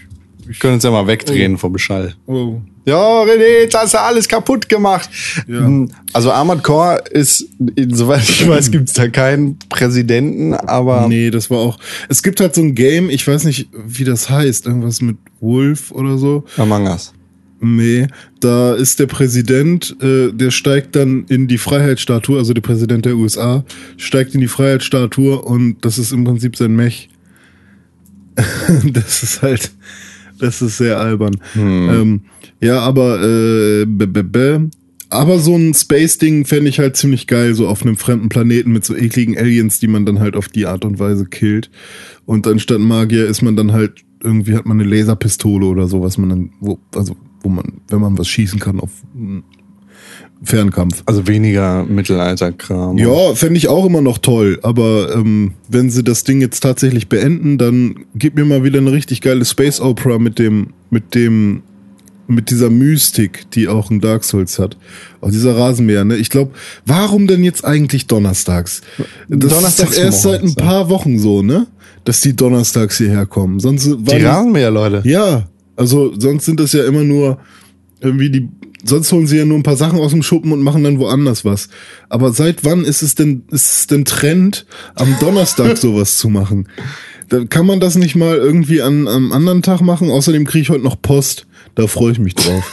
Wir können uns ja mal wegdrehen vom Schall. Oh. Ja, René, jetzt hast du alles kaputt gemacht. Hm, Also Armored Core ist, soweit *clears throat* ich weiß, gibt es da keinen Präsidenten, aber Nee, das war auch. Es gibt halt so ein Game, ich weiß nicht, wie das heißt, irgendwas mit Wolf oder so. Among Us. Nee, da ist der Präsident, äh, der steigt dann in die Freiheitsstatue, also der Präsident der USA, steigt in die Freiheitsstatue und das ist im Prinzip sein Mech. *laughs* das ist halt, das ist sehr albern. Ähm, ja, aber, äh, b -b -b aber so ein Space-Ding fände ich halt ziemlich geil, so auf einem fremden Planeten mit so ekligen Aliens, die man dann halt auf die Art und Weise killt. Und anstatt Magier ist man dann halt, irgendwie hat man eine Laserpistole oder so, was man dann, wo, also wo man, wenn man was schießen kann auf mm, Fernkampf. Also weniger Mittelalterkram. Ja, fände ich auch immer noch toll, aber ähm, wenn sie das Ding jetzt tatsächlich beenden, dann gib mir mal wieder eine richtig geile Space Opera mit dem, mit dem, mit dieser Mystik, die auch ein Dark Souls hat. Auch dieser Rasenmäher, ne? Ich glaube, warum denn jetzt eigentlich donnerstags? Das Donnerstags ist doch erst seit ein morgens, ja. paar Wochen so, ne? Dass die donnerstags hierher kommen. Sonst war Die Rasenmäher, Leute. ja, also sonst sind das ja immer nur irgendwie die. Sonst holen sie ja nur ein paar Sachen aus dem Schuppen und machen dann woanders was. Aber seit wann ist es denn, ist es denn Trend, am Donnerstag *laughs* sowas zu machen? Dann kann man das nicht mal irgendwie an am anderen Tag machen. Außerdem kriege ich heute noch Post. Da freue ich mich drauf.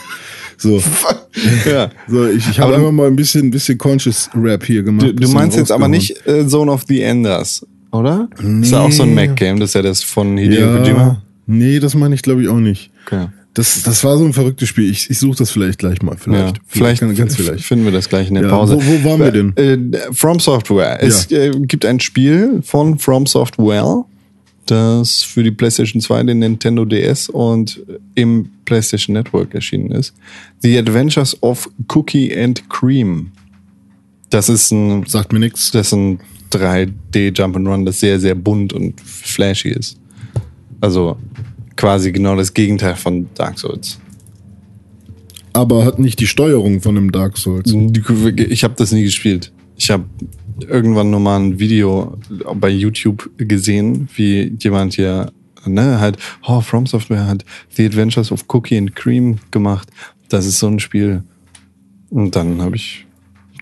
So, *laughs* Ja. so ich, ich habe Aber- einfach mal ein bisschen, ein bisschen Conscious Rap hier gemacht. Du, du bisschen meinst jetzt aber rausgehauen. nicht äh, Zone of the Enders, oder? Nee. Ist ja auch so ein Mac-Game, das ist ja das von Hideo Ja, Kojima. nee, das meine ich glaube ich auch nicht. Okay. Das, das war so ein verrücktes Spiel. Ich, ich suche das vielleicht gleich mal. Vielleicht, ja, vielleicht ganz, ganz vielleicht. finden wir das gleich in der Ja, Pause. wo- wo waren wir denn? Äh, From Software. Es äh, gibt ein Spiel von From Software, das für die PlayStation 2, den Nintendo DS und im PlayStation Network erschienen ist. The Adventures of Cookie and Cream. Das ist ein, Sagt mir nichts. das ist ein 3D Jump'n'Run, das sehr, sehr bunt und flashy ist. Also quasi genau das Gegenteil von Dark Souls. Aber hat nicht die Steuerung von einem Dark Souls. Ich habe das nie gespielt. Ich habe irgendwann nur mal ein Video bei YouTube gesehen, wie jemand hier, ne, halt, oh, From Software hat The Adventures of Cookie and Cream gemacht. Das ist so ein Spiel. Und dann habe ich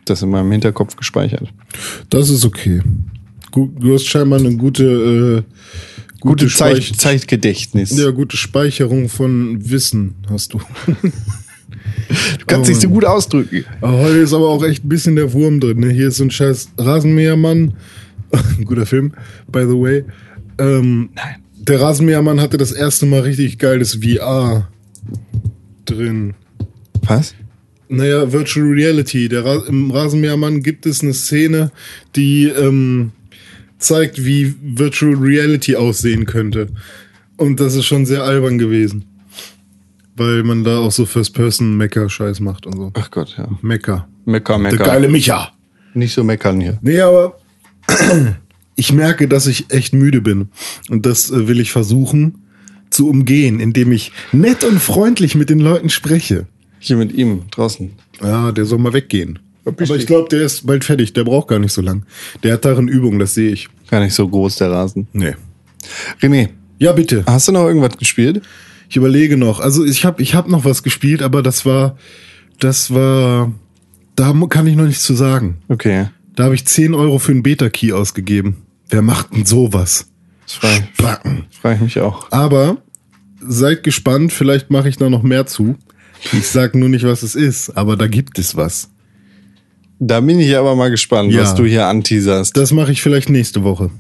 das in meinem Hinterkopf gespeichert. Das ist okay. Gut, du hast scheinbar eine gute, äh, gute, Speich Zeitgedächtnis. ja, gute Speicherung von Wissen hast du. du kannst dich so gut ausdrücken. Aber heute ist aber auch echt ein bisschen der Wurm drin. Ne? Hier ist so ein scheiß Rasenmähermann. *laughs* Ein Guter Film, by the way. Ähm, Nein. Der Rasenmähermann hatte das erste Mal richtig geiles VR drin. Was? Naja, Virtual Reality. Der Ra Im Rasenmähermann gibt es eine Szene, die ähm, zeigt, wie Virtual Reality aussehen könnte. Und das ist schon sehr albern gewesen. Weil man da auch so First-Person-Mecker-Scheiß macht und so. Ach Gott, ja. Mecker. Mecker, Der mecker. geile Micha. Nicht so meckern hier. Nee, aber *clears throat* ich merke, dass ich echt müde bin. Und das äh, will ich versuchen zu umgehen, indem ich nett und freundlich mit den Leuten spreche. Hier mit ihm draußen. Ja, der soll mal weggehen. Aber dich. ich glaube, der ist bald fertig. Der braucht gar nicht so lang. Der hat darin Übung, das sehe ich. Gar nicht so groß, der Rasen. Nee. René, Ja, bitte. hast du noch irgendwas gespielt? Ich überlege noch. Also ich habe ich hab noch was gespielt, aber das war, das war, da mu- kann ich noch nichts zu sagen. Okay. Da habe ich 10 Euro für einen Beta-Key ausgegeben. Wer macht denn sowas? Das frage, Backen. frage ich mich auch. Aber seid gespannt, vielleicht mache ich da noch mehr zu. Ich sag nur nicht, was es ist, aber da gibt es was. Da bin ich aber mal gespannt, Ja. was du hier anteaserst. Das mache ich vielleicht nächste Woche.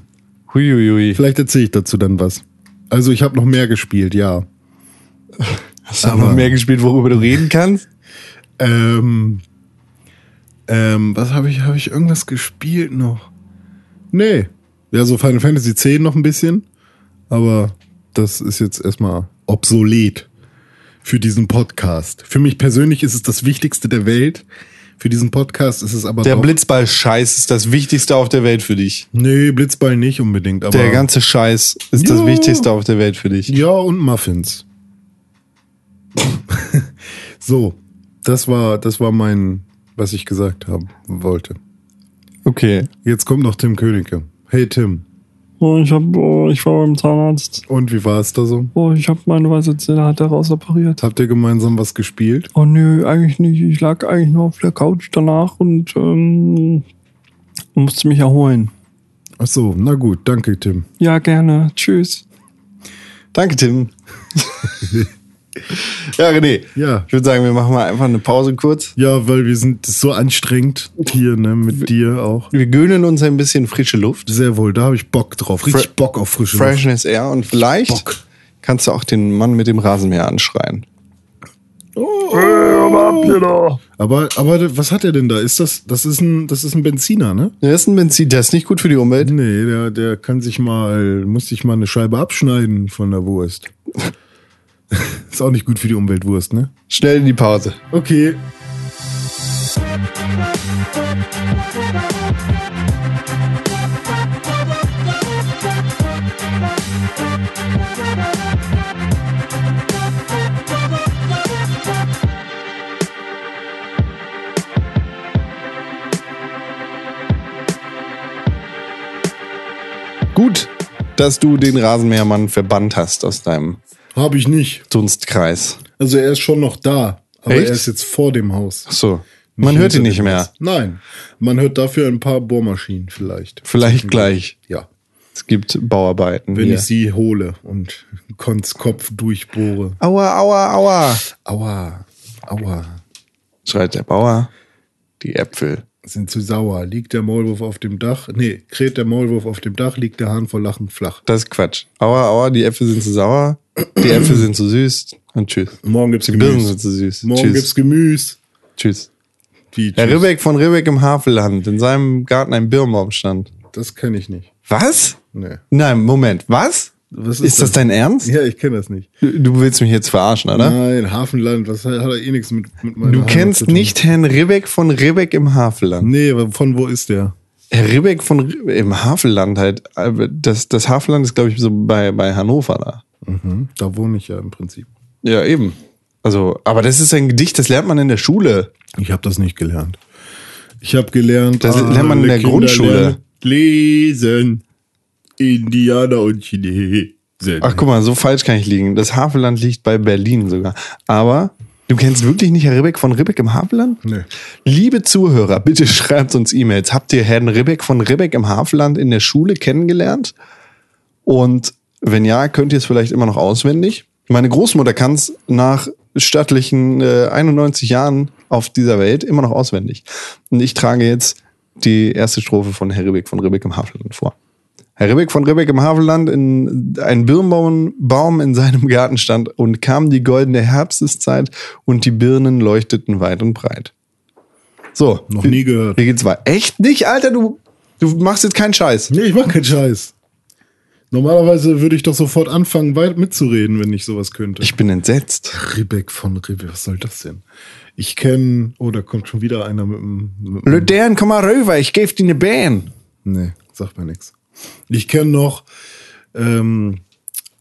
Huiuiui. Vielleicht erzähle ich dazu dann was. Also ich habe noch mehr gespielt, ja. Hast du noch mehr gespielt, worüber du reden kannst? Ähm, ähm, was habe ich? Habe ich irgendwas gespielt noch? Nee. Ja, so Final Fantasy X noch ein bisschen. Aber das ist jetzt erstmal obsolet für diesen Podcast. Für mich persönlich ist es das Wichtigste der Welt. Für diesen Podcast ist es aber Der doch- Blitzball-Scheiß ist das Wichtigste auf der Welt für dich. Nee, Blitzball nicht unbedingt. Aber Der ganze Scheiß ist das Ja. Wichtigste auf der Welt für dich. Ja, und Muffins. *laughs* so, das war, das war mein, was ich gesagt haben wollte. Okay. Jetzt kommt noch Tim Königke. Hey Tim, Oh, ich, hab, oh, ich war beim Zahnarzt. Und wie war es da so? Oh, ich habe meine weiße Zähne hat er rausoperiert. Habt ihr gemeinsam was gespielt? Oh nö, eigentlich nicht. Ich lag eigentlich nur auf der Couch danach und ähm, musste mich erholen. Ach so, na gut, danke, Tim. Ja, gerne. Tschüss. Danke, *laughs* Tim. ja, René. Ja. Ich würde sagen, wir machen mal einfach eine Pause kurz. Ja, weil wir sind das ist so anstrengend hier, ne, mit dir auch. Wir gönnen uns ein bisschen frische Luft, Sehr wohl, da habe ich Bock drauf. Richtig Fre- Bock auf frische Luft. Freshness Air und vielleicht Bock. kannst du auch den Mann mit dem Rasenmäher anschreien. Aber, aber was hat er denn da? Ist das, das ist ein, das ist ein Benziner, ne? Der ist ein Benzin, der ist nicht gut für die Umwelt. Nee, der, der kann sich mal, muss sich mal eine Scheibe abschneiden von der Wurst. *laughs* ist auch nicht gut für die Umweltwurst, ne? Schnell in die Pause. Okay. Gut, dass du den Rasenmähermann verbannt hast aus deinem Habe ich nicht. Dunstkreis. Also er ist schon noch da, aber Echt? er ist jetzt vor dem Haus. Ach so, man hört ihn nicht mehr. Nein, man hört dafür ein paar Bohrmaschinen vielleicht. Vielleicht gleich. Ja, Es gibt Bauarbeiten. wenn hier. ich sie hole und Konz Kopf durchbohre. aua, aua, aua, Aua, aua, schreit der Bauer. Die Äpfel. sind zu sauer. Liegt der Maulwurf auf dem Dach? Nee, kräht der Maulwurf auf dem Dach, liegt der Hahn vor Lachen flach. Das ist Quatsch. Aua, aua, die Äpfel sind zu sauer, die Äpfel sind zu süß und tschüss. Morgen gibt's Die Birnen Gemüse. sind zu süß. Morgen tschüss. gibt's Gemüse. tschüss. Wie, Herr tschüss? Ribbeck von Ribbeck im Havelland, in seinem Garten ein Birnbaum stand. Das kenne ich nicht. Was? Nee. Nein, Moment, was? Was ist das dein Ernst? Ja, ich kenne das nicht. Du, du willst mich jetzt verarschen, oder? Nein, Hafenland, was hat, hat er eh nichts mit, mit meiner Du Heimat zu kennst tun. nicht Herrn Ribbeck von Ribbeck im Havelland. Nee, aber von wo ist der? Herr Ribbeck von Ribbeck im Havelland halt, äh, das, das Havelland ist, glaube ich, so bei, bei Hannover da. Mhm. Da wohne ich ja im Prinzip. Ja, eben. Also, aber das ist ein Gedicht, das lernt man in der Schule. Ich habe das nicht gelernt. Ich habe gelernt, Das lernt man in alle der Kinder Grundschule. lernen Lesen. Indianer und Chinesen. Ach guck mal, so falsch kann ich liegen. Das Havelland liegt bei Berlin sogar. Aber du kennst wirklich nicht Herr Ribbeck von Ribbeck im Havelland? Nee. Liebe Zuhörer, bitte schreibt uns E-Mails. Habt ihr Herrn Ribbeck von Ribbeck im Havelland in der Schule kennengelernt? Und wenn ja, könnt ihr es vielleicht immer noch auswendig. Meine Großmutter kann es nach stattlichen äh, 91 Jahren auf dieser Welt immer noch auswendig. Und ich trage jetzt die erste Strophe von Herr Ribbeck von Ribbeck im Havelland vor. Herr Ribbeck von Ribbeck im Havelland in ein Birnbaum Baum in seinem Garten stand und kam die goldene Herbsteszeit und die Birnen leuchteten weit und breit. So, Noch wie- nie gehört. Wie geht's weiter? Echt nicht, Alter, du du machst jetzt keinen Scheiß. Nee, ich mach keinen Scheiß. Normalerweise würde ich doch sofort anfangen, weit mitzureden, wenn ich sowas könnte. Ich bin entsetzt. Ribbeck von Ribbeck, was soll das denn? Ich kenne, oh, da kommt schon wieder einer mit dem. Mit dem Lödern, komm mal rüber, ich gebe dir ne Bähn. nee, sagt mir nichts. Ich kenne noch ähm,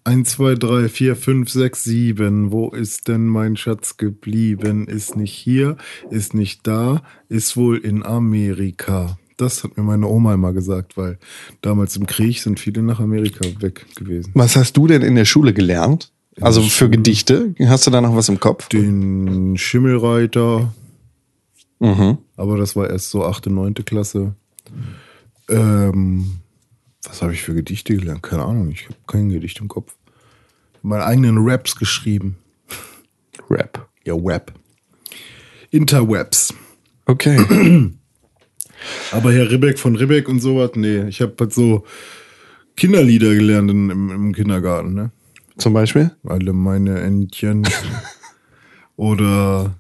1, 2, 3, 4, 5, 6, 7. Wo ist denn mein Schatz geblieben? Ist nicht hier, ist nicht da, ist wohl in Amerika. Das hat mir meine Oma immer gesagt, weil damals im Krieg sind viele nach Amerika weg gewesen. Was hast du denn in der Schule gelernt? Also für Gedichte? Hast du da noch was im Kopf? Den Schimmelreiter, Mhm. Aber das war erst so 8., 9. Klasse. Ähm, was habe ich für Gedichte gelernt? Keine Ahnung, ich habe kein Gedicht im Kopf. Meine eigenen Raps geschrieben. Rap. Ja, Web. Interwebs. Okay. Aber Herr Ribbeck von Ribbeck und sowas, nee. Ich habe halt so Kinderlieder gelernt in, im, im Kindergarten, ne? Zum Beispiel? Alle meine Entchen. *laughs* Oder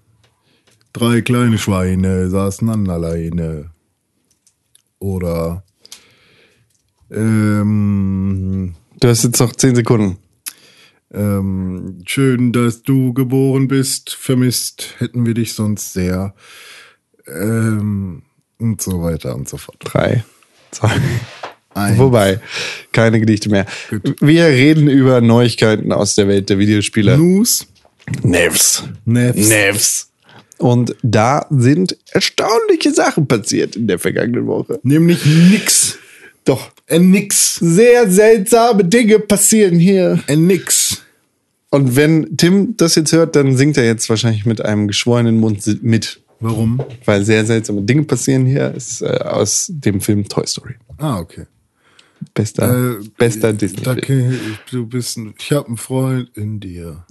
drei kleine Schweine saßen an der Leine. Oder ähm, Du hast jetzt noch 10 Sekunden. ähm, schön, dass du geboren bist. Vermisst hätten wir dich sonst sehr. Ähm, und so weiter und so fort. Drei. Zwei. Eins. Wobei, keine Gedichte mehr. Gut. Wir reden über Neuigkeiten aus der Welt der Videospiele. News. Nevs. Nevs. Nevs. Und da sind erstaunliche Sachen passiert in der vergangenen Woche. Nämlich nix. Doch. Äh, nix. Sehr seltsame Dinge passieren hier. Äh, nix. Und wenn Tim das jetzt hört, dann singt er jetzt wahrscheinlich mit einem geschworenen Mund si- mit. Warum? Weil sehr seltsame Dinge passieren hier, ist äh, aus dem Film Toy Story. Ah, okay. Bester, Äh, bester äh, Disney-Film. Danke, ich- du bist ein, ich habe einen Freund in dir.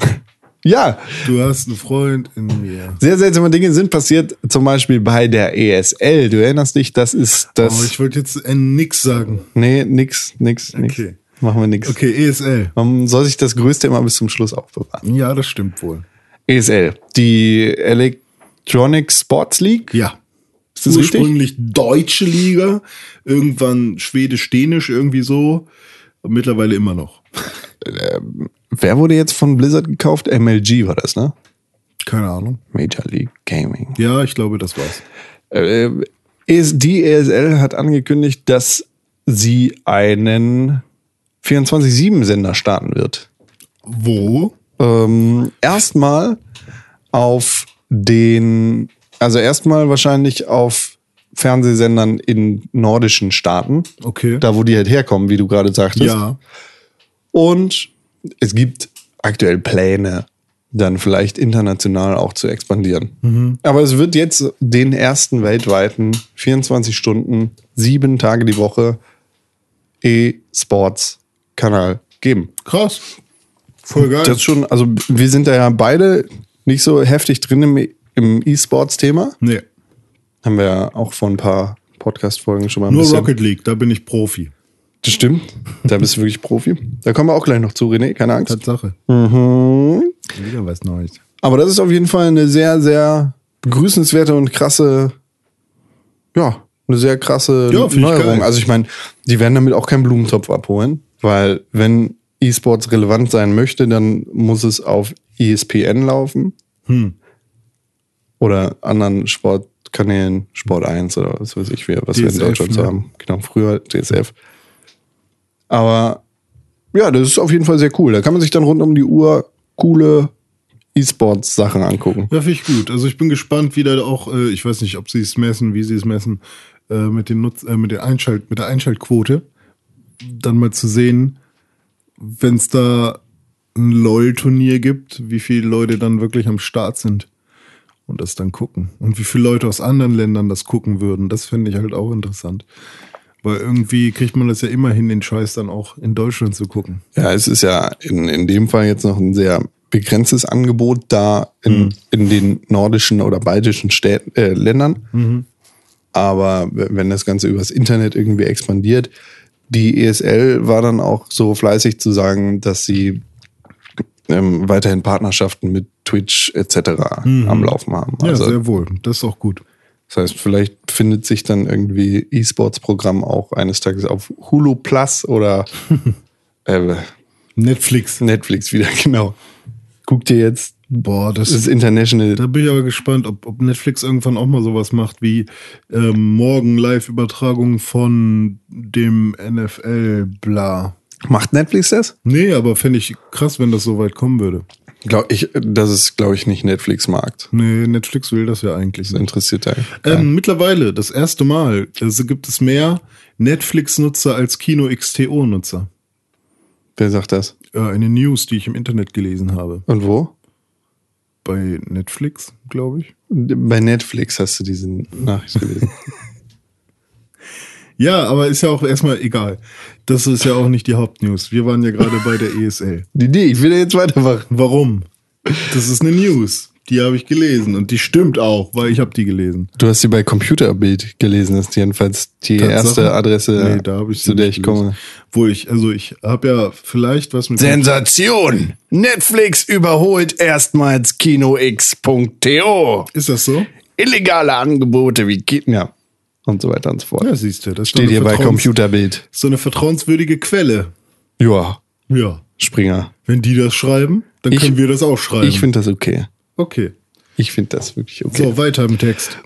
Ja, Du hast einen Freund in mir. sehr seltsame Dinge sind passiert, zum Beispiel bei der ESL. Du erinnerst dich, das ist Aber das. ich wollte jetzt äh, nix sagen. Nee, nix, nix, nix. Okay. Machen wir nix. Okay, E ESL. Man soll sich das Größte immer bis zum Schluss aufbewahren. Ja, das stimmt wohl. ESL, die Electronic Sports League. Ja. Ist das richtig? ursprünglich deutsche Liga, irgendwann schwedisch-dänisch irgendwie so, mittlerweile immer noch. Wer wurde jetzt von Blizzard gekauft? MLG war das, ne? Keine Ahnung. Major League Gaming. Ja, ich glaube, das war's. Äh, ES die ESL hat angekündigt, dass sie einen 24-7-Sender starten wird. Wo? Ähm, erstmal auf den, also erstmal wahrscheinlich auf Fernsehsendern in nordischen Staaten, Okay. da wo die halt herkommen, wie du gerade sagtest. ja. Und es gibt aktuell Pläne, dann vielleicht international auch zu expandieren. Aber es wird jetzt den ersten weltweiten 24 Stunden, sieben Tage die Woche E-Sports-Kanal geben. Krass. Voll geil. Das ist schon, also wir sind da ja beide nicht so heftig drin im E- im E-Sports-Thema. nee. Haben wir ja auch vor ein paar Podcast-Folgen schon mal ein Nur bisschen. Rocket League, da bin ich Profi. Das stimmt. Da bist du wirklich Profi. Da kommen wir auch gleich noch zu, René, keine Angst. Mhm. Tatsache. Hm. Wieder was Neues. Aber das ist auf jeden Fall eine sehr, sehr begrüßenswerte und krasse, ja, eine sehr krasse Ja, find ich Neuerung. geil. also ich meine, die werden damit auch keinen Blumentopf abholen, weil wenn E-Sports relevant sein möchte, dann muss es auf E ESPN laufen. Hm. Oder anderen Sportkanälen, Sport 1 oder was weiß ich, wie, was wir in DSF, Deutschland so ne? haben. Genau, früher DSF. Aber ja, das ist auf jeden Fall sehr cool. Da kann man sich dann rund um die Uhr coole E-Sports-Sachen angucken. Ja, finde ich gut. Also ich bin gespannt, wie da auch, äh, ich weiß nicht, ob sie es messen, wie sie es messen, äh, mit, den Nutz äh, mit, den Einschalt mit der Einschaltquote, dann mal zu sehen, wenn es da ein LOL-Turnier gibt, wie viele Leute dann wirklich am Start sind und das dann gucken. Und wie viele Leute aus anderen Ländern das gucken würden, das fände ich halt auch interessant. Weil irgendwie kriegt man das ja immer hin, den Scheiß dann auch in Deutschland zu gucken. Ja, es ist ja in, in dem Fall jetzt noch ein sehr begrenztes Angebot da in, Mhm. in den nordischen oder baltischen Städten, äh, Ländern. Mhm. Aber w- wenn das Ganze übers Internet irgendwie expandiert, die ESL war dann auch so fleißig zu sagen, dass sie ähm, weiterhin Partnerschaften mit Twitch etc. am Laufen haben. Mhm. Ja, Also, sehr wohl. Das ist auch gut. das heißt, vielleicht findet sich dann irgendwie E-Sports-Programm auch eines Tages auf Hulu Plus *laughs* oder äh, Netflix. Netflix wieder, *laughs* genau. Guck dir jetzt Boah, das das ist International. Da bin ich aber gespannt, ob, ob Netflix irgendwann auch mal sowas macht wie ähm, morgen Live-Übertragung von dem NFL, bla. Macht Netflix das? Nee, aber fände ich krass, wenn das so weit kommen würde. Glaub ich, das ist, glaube ich, nicht Netflix-Markt. Nee, Netflix will das ja eigentlich. Das Nicht. interessiert da. Ähm, mittlerweile, das erste Mal, also gibt es mehr Netflix-Nutzer als Kino-XTO-Nutzer. Wer sagt das? Äh, eine News, die ich im Internet gelesen habe. Und wo? Bei Netflix, glaube ich. Bei Netflix hast du diese Nachricht *laughs* gelesen. Ja, aber ist ja auch erstmal egal. Das ist ja auch nicht die Hauptnews. Wir waren ja gerade bei der E ESL. nee, nee, ich will ja jetzt weitermachen. Warum? Das ist eine News. Die habe ich gelesen und die stimmt auch, weil ich habe die gelesen. Du hast sie bei Computerbild gelesen, das ist jedenfalls die Tatsache? erste Adresse, Nee, da habe ich sie zu der nicht ich gelesen. komme. Wo ich, also ich habe ja vielleicht was mit. Sensation! Netflix überholt erstmals KinoX.to. Ist das so? Illegale Angebote wie Kino. Ja. Und so weiter und so fort. Ja, siehst du. Das ist Steht doch eine hier bei Vertrauens- Computerbild. So eine vertrauenswürdige Quelle. Ja, Ja. Springer. Wenn die das schreiben, dann Ich- können wir das auch schreiben. Ich finde das okay. okay. Ich finde das wirklich okay. So, weiter im Text.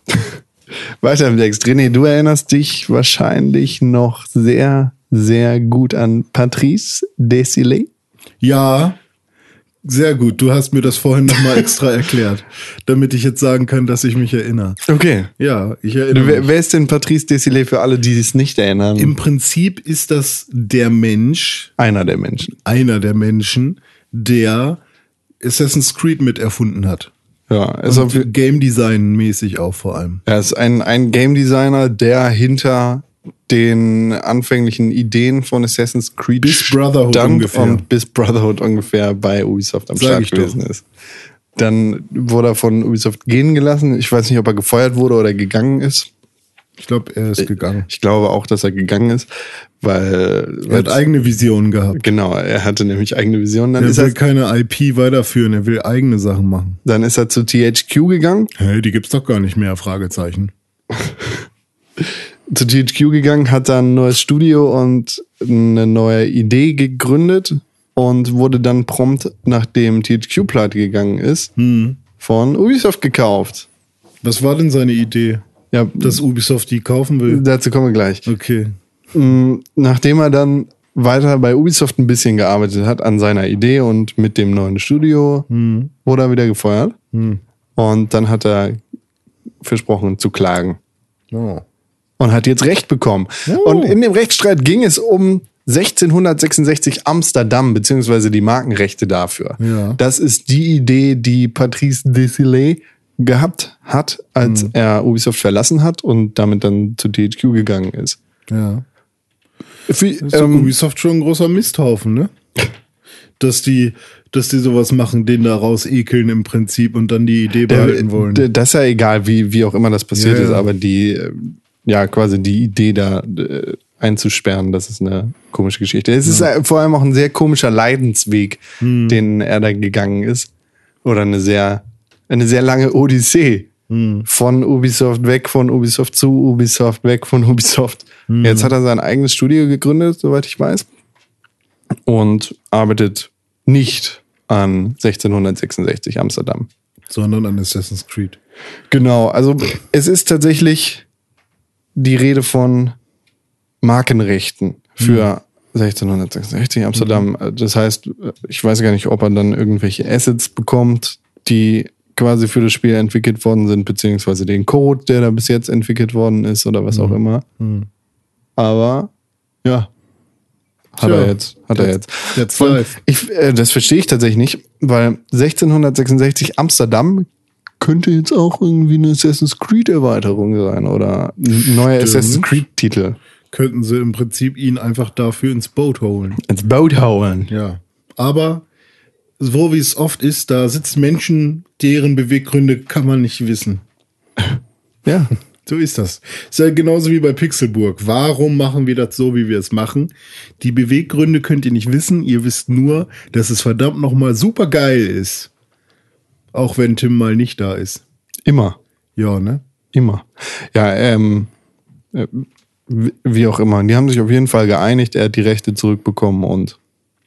Weiter im Text. René, du erinnerst dich wahrscheinlich noch sehr, sehr gut an Patrice Desilets. Ja, Sehr gut, du hast mir das vorhin nochmal extra erklärt, damit ich jetzt sagen kann, dass ich mich erinnere. Okay. Ja, ich erinnere mich. Wer, wer ist denn Patrice Desilets für alle, die es nicht erinnern? Im Prinzip ist das der Mensch, Einer der Menschen. einer der Menschen, der Assassin's Creed mit erfunden hat. Ja, also Und Game Design mäßig auch vor allem. Er ist ein, ein Game Designer, der hinter den anfänglichen Ideen von Assassin's Creed Bis Brotherhood stand ungefähr. und bis Brotherhood ungefähr bei Ubisoft am Sag Start ich doch. gewesen ist. Dann wurde er von Ubisoft gehen gelassen. Ich weiß nicht, ob er gefeuert wurde oder gegangen ist. Ich glaube, er ist gegangen. Ich glaube auch, dass er gegangen ist, weil Er hat eigene Visionen gehabt. genau, er hatte nämlich eigene Visionen. Dann Er ist will er, keine IP weiterführen, er will eigene Sachen machen. dann ist er zu THQ gegangen. Hä, die gibt's doch gar nicht mehr, Fragezeichen. zu THQ gegangen, hat dann ein neues Studio und eine neue Idee gegründet und wurde dann prompt, nachdem THQ pleite gegangen ist, von Ubisoft gekauft. Was war denn seine Idee, Ja, dass Ubisoft die kaufen will? dazu kommen wir gleich. Okay. Mhm, Nachdem er dann weiter bei Ubisoft ein bisschen gearbeitet hat an seiner Idee und mit dem neuen Studio, wurde er wieder gefeuert. Und dann hat er versprochen zu klagen. Ja. und hat jetzt Recht bekommen. Oh. Und in dem Rechtsstreit ging es um 1666 Amsterdam, beziehungsweise die Markenrechte dafür. Ja. Das ist die Idee, die Patrice Desilets gehabt hat, als Hm. er Ubisoft verlassen hat und damit dann zu THQ gegangen ist. ja. Für, Ist doch ähm, Ubisoft schon ein großer Misthaufen, ne? Dass die, dass die sowas machen, den daraus ekeln im Prinzip und dann die Idee der, behalten wollen. der, das ist ja egal, wie, wie auch immer das passiert Ja, ist, ja. aber die, äh, ja, quasi die Idee da äh, einzusperren, das ist eine komische Geschichte. Es ist äh, vor allem auch ein sehr komischer Leidensweg, Hm. den er da gegangen ist. Oder eine sehr, eine sehr lange Odyssee. Hm. Von Ubisoft weg, von Ubisoft zu Ubisoft, weg von Ubisoft. Hm. Jetzt hat er sein eigenes Studio gegründet, soweit ich weiß. Und arbeitet nicht an 1666 Amsterdam. sondern an Assassin's Creed. Genau, also es ist tatsächlich die Rede von Markenrechten für 1666 Amsterdam. Das heißt, ich weiß gar nicht, ob er dann irgendwelche Assets bekommt, die quasi für das Spiel entwickelt worden sind, beziehungsweise den Code, der da bis jetzt entwickelt worden ist oder was auch immer. Aber ja, hat Tja, er jetzt, hat er that's- jetzt. that's Von- life. Ich, äh, das verstehe ich tatsächlich nicht, weil 1666 Amsterdam könnte jetzt auch irgendwie eine Assassin's Creed Erweiterung sein oder ein neuer Stimmt. Assassin's Creed Titel. Könnten sie im Prinzip ihn einfach dafür ins Boot holen. Ins Boot hauen. Ja. Aber so wie es oft ist, da sitzen Menschen, deren Beweggründe kann man nicht wissen. Ja. So ist das. Ist ja genauso wie bei Pixelburg. Warum machen wir das so, wie wir es machen? Die Beweggründe könnt ihr nicht wissen. Ihr wisst nur, dass es verdammt nochmal super geil ist. Auch wenn Tim mal nicht da ist. Immer. Ja, ne? Immer. Ja, ähm, äh, wie wie auch immer. Die haben sich auf jeden Fall geeinigt, er hat die Rechte zurückbekommen und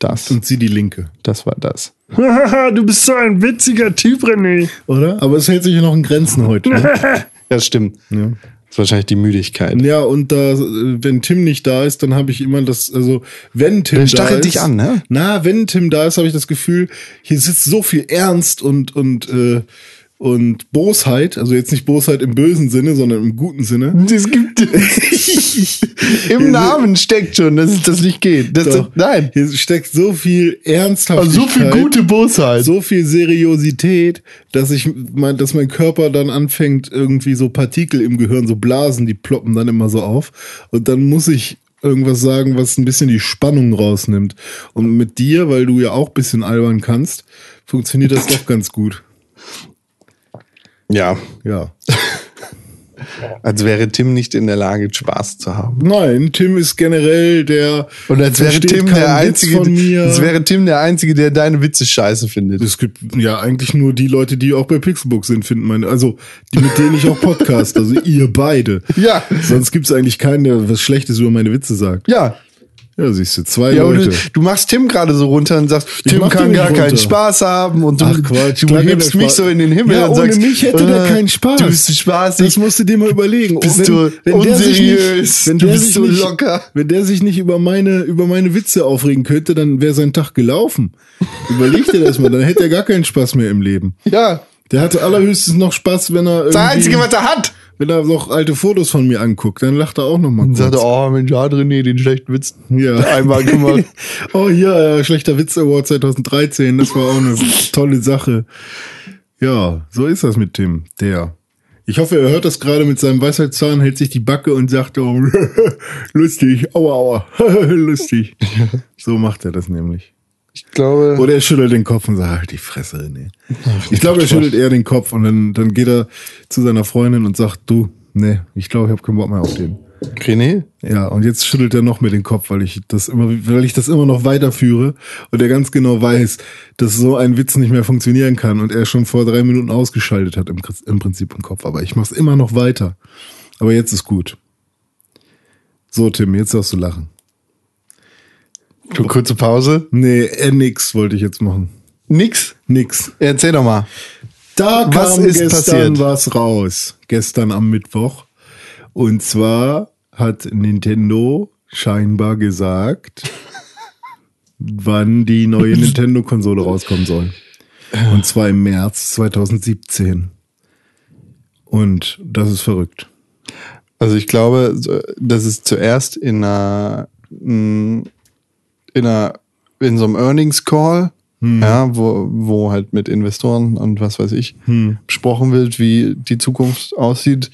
das. Und sie die Linke, Das war das. du bist so ein witziger Typ, René. oder? Aber es hält sich ja noch in Grenzen heute. *laughs* Ja, Ne? stimmt. Das ja. ist wahrscheinlich die Müdigkeit. ja, und da, äh, wenn Tim nicht da ist, dann habe ich immer das, also wenn Tim Der da stachelt ist, dich an, ne? Na, wenn Tim da ist, habe ich das Gefühl, hier sitzt so viel Ernst und und äh, und Bosheit, also jetzt nicht Bosheit im bösen Sinne, sondern im guten Sinne. Das gibt *laughs* Im Namen steckt schon, dass es das nicht geht. Das, Doch. nein. Hier steckt so viel Ernsthaftigkeit, Also so viel gute Bosheit. so viel Seriosität, dass ich mein, dass mein Körper dann anfängt irgendwie so Partikel im Gehirn, so Blasen, die ploppen dann immer so auf und dann muss ich irgendwas sagen, was ein bisschen die Spannung rausnimmt. Und mit dir, weil du ja auch ein bisschen albern kannst, funktioniert das doch ganz gut. Ja, *laughs* Ja. als wäre Tim nicht in der Lage, Spaß zu haben. Nein, Tim ist generell der. Und als wäre versteht Tim keinen der Witz Einzige, Von mir. als wäre Tim der Einzige, der deine Witze scheiße findet. es gibt ja eigentlich nur die Leute, die auch bei Pixelbook sind, finden meine. Also, die, mit denen ich auch podcast. Also, ihr beide. *laughs* Ja. Sonst gibt es eigentlich keinen, der was Schlechtes über meine Witze sagt. Ja, Ja, siehst du, zwei Ja, aber Leute. du, du machst Tim gerade so runter und sagst, Ich Tim mach kann den gar nicht runter. keinen Spaß haben und du, Ach Quatsch, du klar hat hebst er mich Spaß. so in den Himmel Ja, und ohne sagst, äh, mich hätte der keinen Spaß. Du bist spaßig, das musst du dir mal überlegen. Bist Wenn- du wenn der sich unseriös, Nicht, wenn du der bist sich so nicht, locker. Wenn der sich nicht über meine, über meine Witze aufregen könnte, dann wäre sein Tag gelaufen. Überleg dir das mal, dann hätte er gar keinen Spaß mehr im Leben. ja. Der hatte allerhöchstens noch Spaß, wenn er Das Einzige, was irgendwie, er hat. wenn er noch alte Fotos von mir anguckt, dann lacht er auch noch mal Und kurz. sagt, oh Mensch, Adrené, den schlechten *laughs* Witz Ja. einmal gemacht. Oh ja, äh, schlechter Witz Award 2013, das war auch eine tolle Sache. Ja, so ist das mit Tim, der. Ich hoffe, er hört das gerade mit seinem Weisheitszahn, hält sich die Backe und sagt, oh, *laughs* lustig, aua, aua, *laughs* lustig. So macht er das nämlich. Ich glaube, Oder er schüttelt den Kopf und sagt, halt die Fresse, nee. Ich glaube, er schüttelt eher den Kopf und dann, dann geht er zu seiner Freundin und sagt, du, nee, ich glaube, ich habe keinen Bock mehr auf den. René, Ja, und jetzt schüttelt er noch mit den Kopf, weil ich das immer, weil ich das immer noch weiterführe und er ganz genau weiß, dass so ein Witz nicht mehr funktionieren kann und er schon vor drei Minuten ausgeschaltet hat im, Kri- im Prinzip im Kopf. Aber ich mach's immer noch weiter. Aber jetzt ist gut. So, Tim, jetzt darfst du lachen. du kurze Pause. Nee, äh, nix wollte ich jetzt machen. Nix. Nix. Erzähl doch mal. Da kam Was ist gestern passiert? was raus. Gestern am Mittwoch. Und zwar hat Nintendo *laughs* scheinbar gesagt, wann die neue Nintendo-Konsole rauskommen soll. Und zwar im März 2017. Und das ist verrückt. Also ich glaube, so- dass es zuerst in einer mm, in einer in so einem Earnings Call, ja, wo, wo halt mit Investoren und was weiß ich besprochen wird, wie die Zukunft aussieht,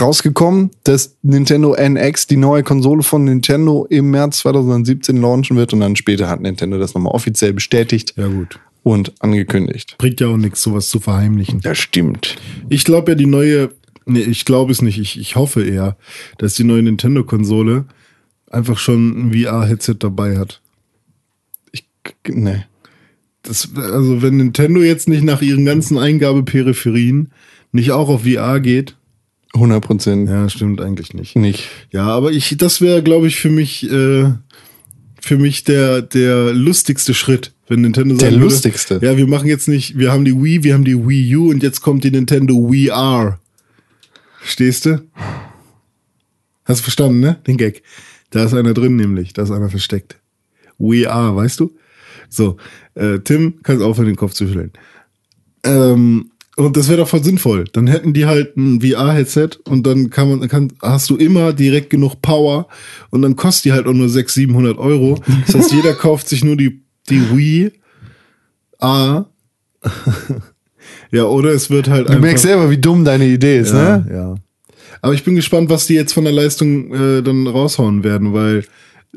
rausgekommen, dass Nintendo NX die neue Konsole von Nintendo im März 2017 launchen wird und dann später hat Nintendo das nochmal offiziell bestätigt Ja, gut. und angekündigt. Bringt ja auch nichts, sowas zu verheimlichen. Das stimmt. Ich glaube ja, die neue, nee, ich glaube es nicht, ich, ich hoffe eher, dass die neue Nintendo-Konsole einfach schon ein VR-Headset dabei hat. Ich ne. das, also wenn Nintendo jetzt nicht nach ihren ganzen Eingabeperipherien nicht auch auf VR geht. 100 Prozent Ja, stimmt eigentlich nicht. nicht. Ja, aber ich, das wäre, glaube ich, für mich, äh, für mich der, der lustigste Schritt, wenn Nintendo Der sagen würde, lustigste? Ja, wir machen jetzt nicht, wir haben die Wii, wir haben die Wii U und jetzt kommt die Nintendo Wii R. Stehst du? Hast du verstanden, ne? Den Gag. Da ist einer drin, nämlich. Da ist einer versteckt. We are, weißt du? So, äh, Tim, kannst aufhören, den Kopf zu schütteln. Ähm, und das wäre doch voll sinnvoll. Dann hätten die halt ein VR-Headset und dann kann man, kann, hast du immer direkt genug Power und dann kostet die halt auch nur 600, 700 Euro. Das heißt, jeder kauft sich nur die, die Wii A. *laughs* ja, oder es wird halt Du einfach. merkst selber, wie dumm deine Idee ist, Ja, ne? ja. Aber ich bin gespannt, was die jetzt von der Leistung äh, dann raushauen werden, weil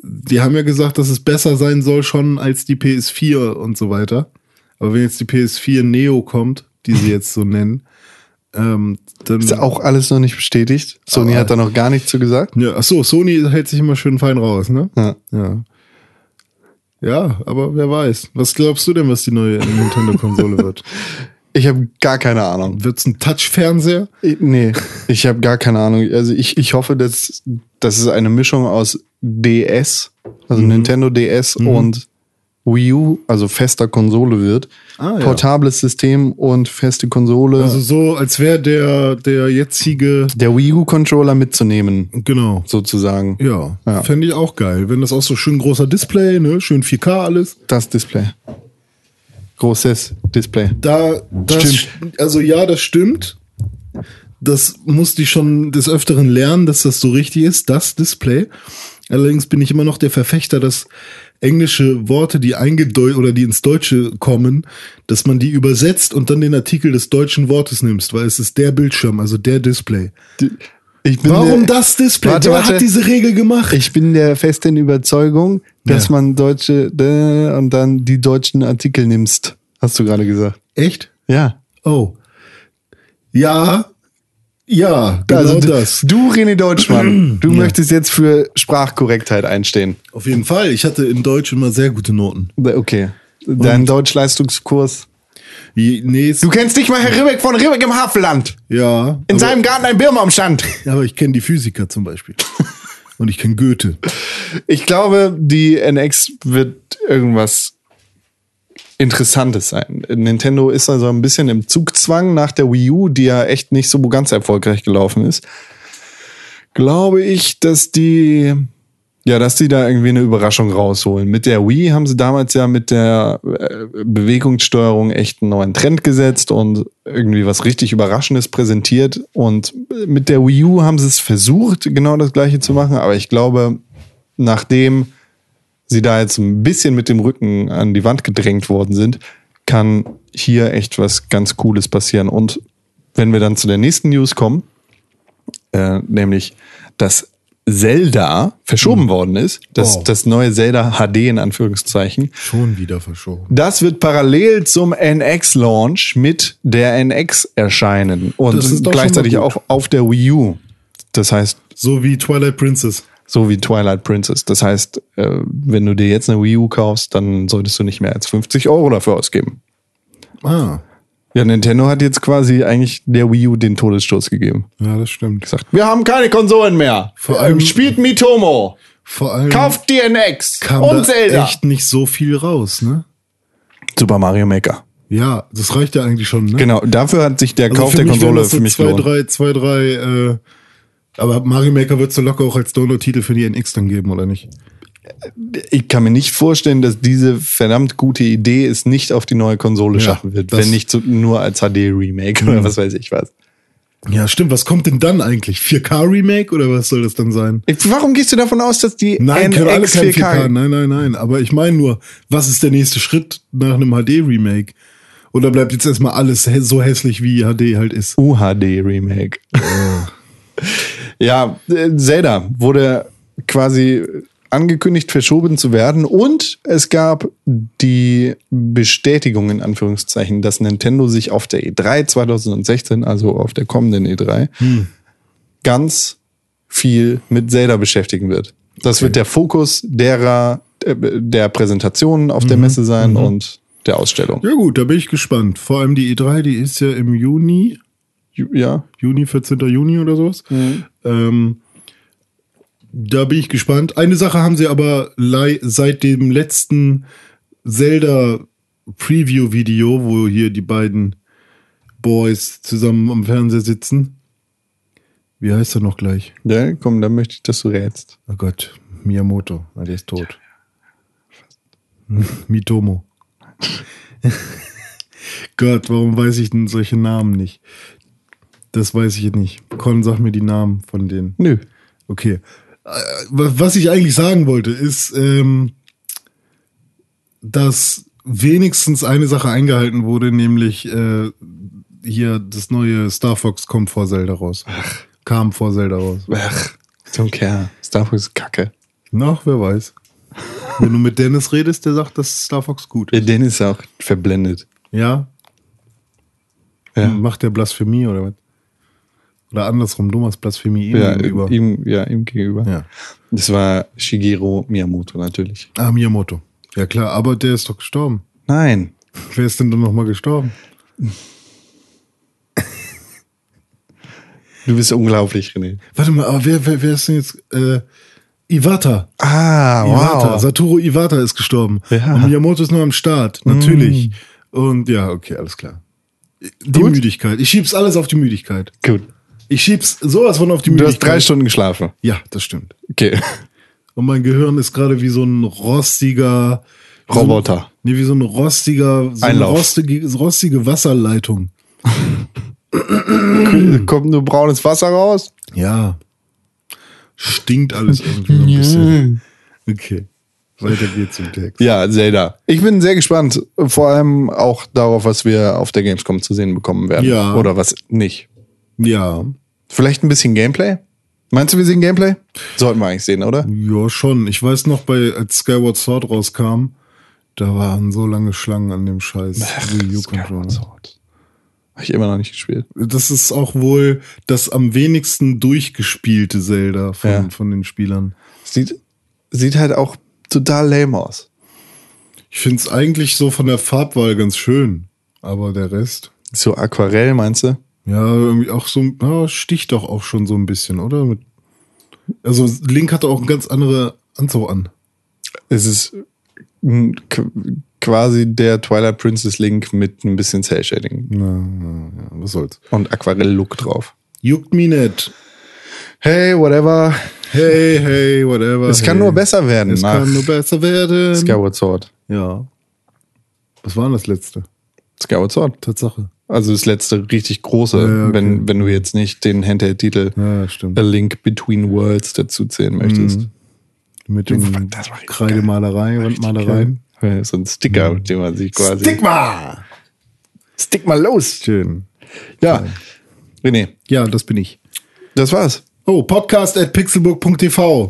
die haben ja gesagt, dass es besser sein soll schon als die PS4 und so weiter. Aber wenn jetzt die PS4 Neo kommt, die *laughs* sie jetzt so nennen, ähm, dann Ist auch alles noch nicht bestätigt. Sony Aber- hat da noch gar nichts zu gesagt. ja, ach so, Sony hält sich immer schön fein raus, ne? Ja. Ja. Ja, aber wer weiß. Was glaubst du denn, was die neue Nintendo-Konsole *laughs* wird? Ich habe gar keine Ahnung. Wird's ein Touch-Fernseher? Ich, nee, ich habe gar keine Ahnung. Also ich, ich hoffe, dass das ist eine Mischung aus DS, also Mhm. Nintendo DS und Wii U, also fester Konsole wird. Ah, ja. Portables System und feste Konsole. Also so, als wäre der, der jetzige, der Wii U Controller mitzunehmen, genau, sozusagen. Ja, Ja. fände ich auch geil. Wenn das auch so schön großer Display, ne? Schön 4K alles. Das Display. Großes Display. Da, das, Stimmt. also ja, das stimmt. Das musste ich schon des Öfteren lernen, dass das so richtig ist, das Display. Allerdings bin ich immer noch der Verfechter, dass englische Worte, die eingedeutet oder die ins Deutsche kommen, dass man die übersetzt und dann den Artikel des deutschen Wortes nimmst, weil es ist der Bildschirm, also der Display. Ich bin Warum der- das Display? Warte, Wer warte. hat diese Regel gemacht? Ich bin der festen Überzeugung, dass Ja. man deutsche äh, und dann die deutschen Artikel nimmst. Hast du gerade gesagt. Echt? Ja. Oh. Ja. Ja, genau also du- das. du, René *clears throat* Deutschmann, du möchtest jetzt für Sprachkorrektheit einstehen. Auf jeden Fall. Ich hatte in Deutsch immer sehr gute Noten. Da- Okay. Dein Deutschleistungskurs. Je- Nee, es- Du kennst nicht mal Herr Ribbeck von Ribbeck im Havelland. ja. In aber, seinem Garten ein Birnbaum stand. *laughs* aber ich kenne die Physiker zum Beispiel. Und ich kenne Goethe. Ich glaube, die NX wird irgendwas Interessantes sein. Nintendo ist also ein bisschen im Zugzwang nach der Wii U, die ja echt nicht so ganz erfolgreich gelaufen ist. Glaube ich, dass die, ja, dass die da irgendwie eine Überraschung rausholen. Mit der Wii haben sie damals ja mit der äh, Bewegungssteuerung echt einen neuen Trend gesetzt und irgendwie was richtig Überraschendes präsentiert. Und mit der Wii U haben sie es versucht, genau das Gleiche zu machen. Aber ich glaube, nachdem sie da jetzt ein bisschen mit dem Rücken an die Wand gedrängt worden sind, kann hier echt was ganz Cooles passieren. Und wenn wir dann zu der nächsten News kommen, äh, nämlich, dass Zelda verschoben worden ist, das, Oh. das neue Zelda HD in Anführungszeichen, Schon wieder verschoben. das wird parallel zum NX-Launch mit der NX erscheinen und Das ist doch schon mal gleichzeitig gut. auch auf der Wii U. Das heißt, So wie Twilight Princess. so wie Twilight Princess. Das heißt, äh, wenn du dir jetzt eine Wii U kaufst, dann solltest du nicht mehr als 50 Euro dafür ausgeben. Ah, Ja, Nintendo hat jetzt quasi eigentlich der Wii U den Todesstoß gegeben. ja, das stimmt. Sagt, wir haben keine Konsolen mehr. Ähm, Vor allem- spielt Mitomo, Vor allem kauft DNX kam da und Zelda. echt nicht so viel raus, ne? Super Mario Maker. Ja, das reicht ja eigentlich schon, ne? Genau, dafür hat sich der Also Kauf für der mich wären Konsole das so für mich zwei, gelohnt. drei, zwei, drei, äh, aber Mario Maker wird so locker auch als Download-Titel für die NX dann geben, oder nicht? ich kann mir nicht vorstellen, dass diese verdammt gute Idee es nicht auf die neue Konsole Ja, schaffen wird, das- Mhm. wenn nicht so, nur als HD-Remake oder was weiß ich was. Ja, stimmt. Was kommt denn dann eigentlich? 4K-Remake oder was soll das dann sein? Ich- Warum gehst du davon aus, dass die Nein, können alle NX kein 4K, 4K. Nein, nein, nein. Aber ich meine nur, was ist der nächste Schritt nach einem HD-Remake? Oder bleibt jetzt erstmal alles hä- so hässlich, wie HD halt ist? UHD Remake? *laughs* ja, äh, Zelda wurde quasi angekündigt, verschoben zu werden und es gab die Bestätigung in Anführungszeichen, dass Nintendo sich auf der E3 2016, also auf der kommenden E3, Hm. ganz viel mit Zelda beschäftigen wird. Das wird der Fokus derer äh, der Präsentationen auf Mhm. der Messe sein und der Ausstellung. Ja gut, da bin ich gespannt. Vor allem die E3, die ist ja im Juni, Ja, Juni, 14. Juni oder sowas. Ähm, da bin ich gespannt. Eine Sache haben sie aber lei- seit dem letzten Zelda Preview Video, wo hier die beiden Boys zusammen am Fernseher sitzen. Wie heißt er noch gleich? ja komm, dann möchte ich, dass du rätst. Oh Gott, Miyamoto, Ah, der ist tot. *laughs* Mitomo. Gott, warum weiß ich denn solche Namen nicht? Das weiß ich nicht. Con, sag mir die Namen von denen. Nö. Okay. Äh, wa- Was ich eigentlich sagen wollte, ist, ähm, dass wenigstens eine Sache eingehalten wurde, nämlich äh, hier das neue Star Fox kommt vor Zelda raus. Kam vor Zelda raus. Ach, so ein Kerl. Star Fox ist kacke. Noch, wer weiß. Wenn du mit Dennis redest, der sagt, dass Star Fox gut Der ist. Dennis ist auch verblendet. Ja? Ja. Macht der Blasphemie oder was? Oder andersrum, du machst Blasphemie ihm Ja, gegenüber. ihm, ja, ihm gegenüber. Ja. Das war Shigeru Miyamoto natürlich. Ah, Miyamoto. Ja klar, aber der ist doch gestorben. Nein. Wer ist denn dann nochmal gestorben? Du bist unglaublich, René. Warte mal, aber wer, wer, wer ist denn jetzt? Äh, Iwata. Ah, Iwata. Satoru Iwata ist gestorben. Ja. Mm. Und Miyamoto ist noch am Start. Natürlich. Und ja, okay, alles klar. Die Gut. Müdigkeit. Ich schieb's alles auf die Müdigkeit. Gut. Ich schieb's sowas von auf die Du Müdigkeit. hast drei Stunden geschlafen. Ja, das stimmt. *laughs* Okay. Und mein Gehirn ist gerade wie so ein rostiger Roboter. So ein, nee, wie so ein rostiger, so eine Einlauf. rostige, rostige Wasserleitung. Kommt nur braunes Wasser raus? Ja. Stinkt alles irgendwie so ein bisschen. Okay. Weiter geht's im Text. Ja, Zelda. Ich bin sehr gespannt. Vor allem auch darauf, was wir auf der Gamescom zu sehen bekommen werden. Ja. Oder was nicht. Ja. Vielleicht ein bisschen Gameplay? Meinst du, wir sehen Gameplay? Sollten wir eigentlich sehen, oder? Ja, schon. Ich weiß noch, bei, als Skyward Sword rauskam, da waren so lange Schlangen an dem scheiß Wii U Controller. Habe ich immer noch nicht gespielt. Das ist auch wohl das am wenigsten durchgespielte Zelda von, Ja. von den Spielern. Sieht, sieht halt auch total lame aus. Ich finde es eigentlich so von der Farbwahl ganz schön, aber der Rest, So Aquarell, meinst du? ja, irgendwie auch so, ja, sticht doch auch schon so ein bisschen, oder? Mit Also Link hatte auch einen ganz anderen Anzug an. Es ist mm, qu- quasi der Twilight Princess Link mit ein bisschen Cell Shading Na, na, ja, was soll's. und Aquarell-Look drauf. Juckt mich nicht. Hey, whatever. Hey, hey, whatever. Es kann hey. nur besser werden Es nach kann nur besser werden. Skyward Sword. ja. Was war denn das letzte? Skyward Sword. Tatsache. Also das letzte richtig große, Ja, okay. wenn, wenn du jetzt nicht den Handheld-Titel Ja, Mhm. stimmt. A Link Between Worlds dazu zählen möchtest. Mit dem Das war richtig Kreidemalerei und Malereien. Ja, So ein Sticker, mit dem man sich quasi. Stigma! stick mal los! Schön. Ja. René, Ja, das bin ich. das war's. Oh, podcast *laughs* at pixelburg.tv.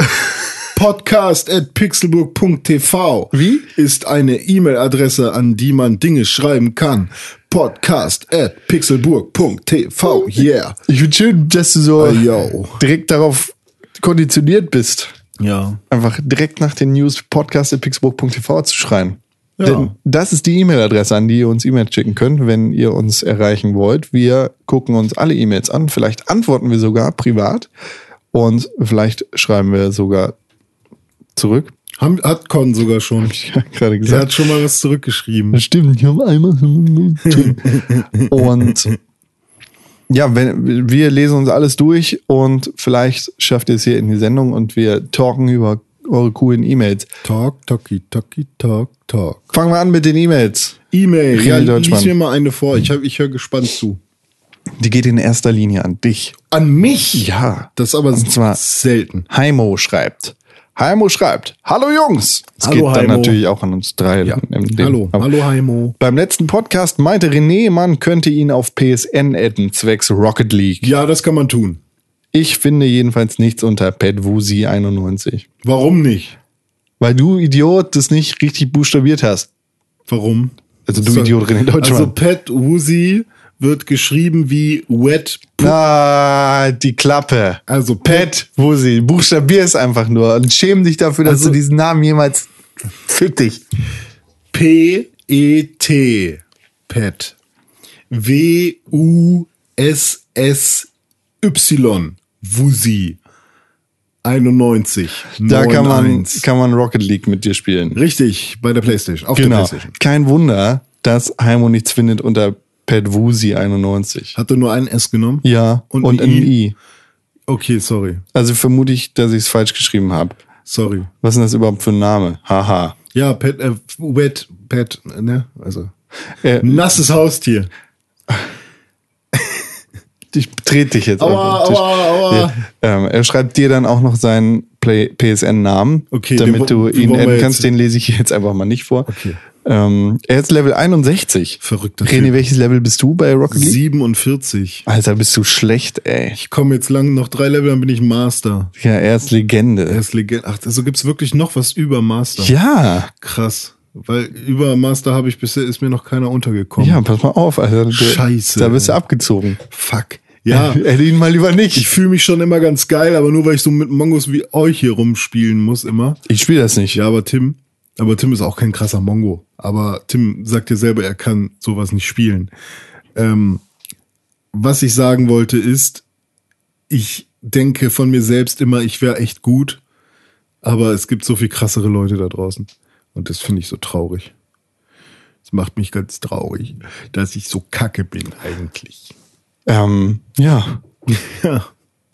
podcast at pixelburg.tv. Wie? Ist eine E-Mail-Adresse, an die man Dinge schreiben kann. Podcast at pixelburg.tv. Yeah. Ich finde schön, dass du so Ah, yo. direkt darauf konditioniert bist, Ja. einfach direkt nach den News podcast at pixburg.tv zu schreiben. Ja. Denn das ist die E-Mail-Adresse, an die ihr uns E-Mails schicken könnt, wenn ihr uns erreichen wollt. Wir gucken uns alle E-Mails an. Vielleicht antworten wir sogar privat und vielleicht schreiben wir sogar zurück. *laughs* Ham- Hat Con sogar schon. Ich habe gerade Er gesagt. hat schon mal was zurückgeschrieben. Das stimmt, ich habe einmal. und ja, wenn, wir lesen uns alles durch und vielleicht schafft ihr es hier in die Sendung und wir talken über eure coolen E-Mails. Talk, talky, talky, talk, talk. Fangen wir an mit den E-Mails. E-Mail. René Ja, Deutschmann. lies mir mal eine vor. Ich, hab- ich höre gespannt zu. Die geht in erster Linie an dich. An mich? Ja. Das ist aber Und zwar- selten. Heimo schreibt. Heimo schreibt. Hallo Jungs. Es Hallo, geht dann Heimo. natürlich auch an uns drei. im Leben. Hallo, Aber hallo Heimo. Beim letzten Podcast meinte René, man könnte ihn auf PSN adden, zwecks Rocket League. Ja, das kann man tun. Ich finde jedenfalls nichts unter Padwusi 91. Warum nicht? Weil du, Idiot, das nicht richtig buchstabiert hast. Warum? Also du Idiot, René Deutschmann. Also Pat Woozy wird geschrieben wie Wet. Ah, die Klappe. Also Pat Wusi, buchstabier es einfach nur und schäm dich dafür, dass Also- du diesen Namen jemals fick dich. P-E-T. E Pat. W-U-S-S-Y. Woozy. 91. Da kann man, 91. kann man Rocket League mit dir spielen. Richtig, bei der Playstation. Auf der Genau. Playstation. Kein Wunder, dass Heimo nichts findet unter Pat Wusi 91. Hatte nur ein S genommen? Ja, und, Und ein ein I. Okay, sorry. Also vermute ich, dass ich es falsch geschrieben habe. Sorry. Was ist denn das überhaupt für ein Name? Haha. Ja, Pat, äh, Wet, Pat, ne? Also. Äh, Nasses Haustier. ich trete dich jetzt Aua, auf den Tisch. aua, aua. Ja, ähm, er schreibt dir dann auch noch seinen Play- PSN-Namen, Okay, den damit wo- du den ihn wollen wir adden jetzt- kannst. Den lese ich jetzt einfach mal nicht vor. Ähm, er ist Level 61. Verrückter René, Typ. welches Level bist du bei Rocket League? 47. Alter, bist du schlecht, ey. Ich komme jetzt lang, noch drei Level, dann bin ich Master. Ja, er ist Er Legende. ist Legende. Ach, also gibt's wirklich noch was über Master? Ja. Krass. Weil über Master habe ich bisher, ist mir noch keiner untergekommen. Ja, pass mal auf, Alter. Du- Scheiße, Da bist du ey. abgezogen. Fuck. Ja. Hätte ihn mal lieber Ich nicht. fühle mich schon immer ganz geil, aber nur weil ich so mit Mongos wie euch hier rumspielen muss immer. Ich spiele das nicht. Ja, aber Tim, aber Tim ist auch kein krasser Mongo. Aber Tim sagt ja selber, er kann sowas nicht spielen. Ähm, was ich sagen wollte ist, ich denke von mir selbst immer, ich wäre echt gut, aber es gibt so viel krassere Leute da draußen. Und das finde ich so traurig. Das macht mich ganz traurig, dass ich so kacke bin eigentlich. Ähm, ja. *laughs* Ja.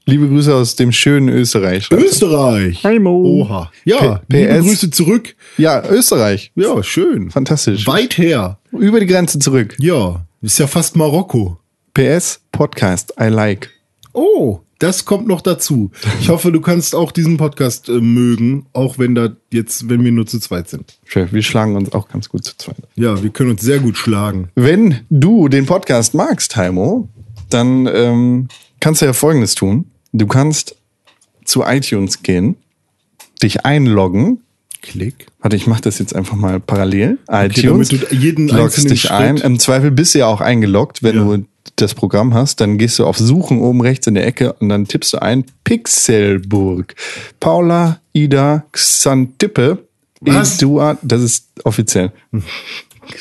Liebe Grüße aus dem schönen Österreich. Österreich! Heimo. Oha. Ja, P- liebe PS. Grüße zurück. Ja, Österreich. Ja, schön. Fantastisch. Weit her. Über die Grenze zurück. Ja, ist ja fast Marokko. PS, Podcast, I like. Oh, das kommt noch dazu. Ich hoffe, du kannst auch diesen Podcast äh, mögen, auch wenn da jetzt, wenn wir nur zu zweit sind. Chef, wir schlagen uns auch ganz gut zu zweit. Ja, wir können uns sehr gut schlagen. Wenn du den Podcast magst, Heimo, dann ähm, kannst du ja Folgendes tun. Du kannst zu iTunes gehen, dich einloggen. Klick. Warte, ich mache das jetzt einfach mal parallel. iTunes. damit du jeden loggst einzelnen dich Schritt- ein. Im Zweifel bist du ja auch eingeloggt, wenn Ja. du das Programm hast. Dann gehst du auf Suchen oben rechts in der Ecke und dann tippst du ein Pixelburg. Paula, Ida, Xantippe, Was? Eduard, das ist offiziell.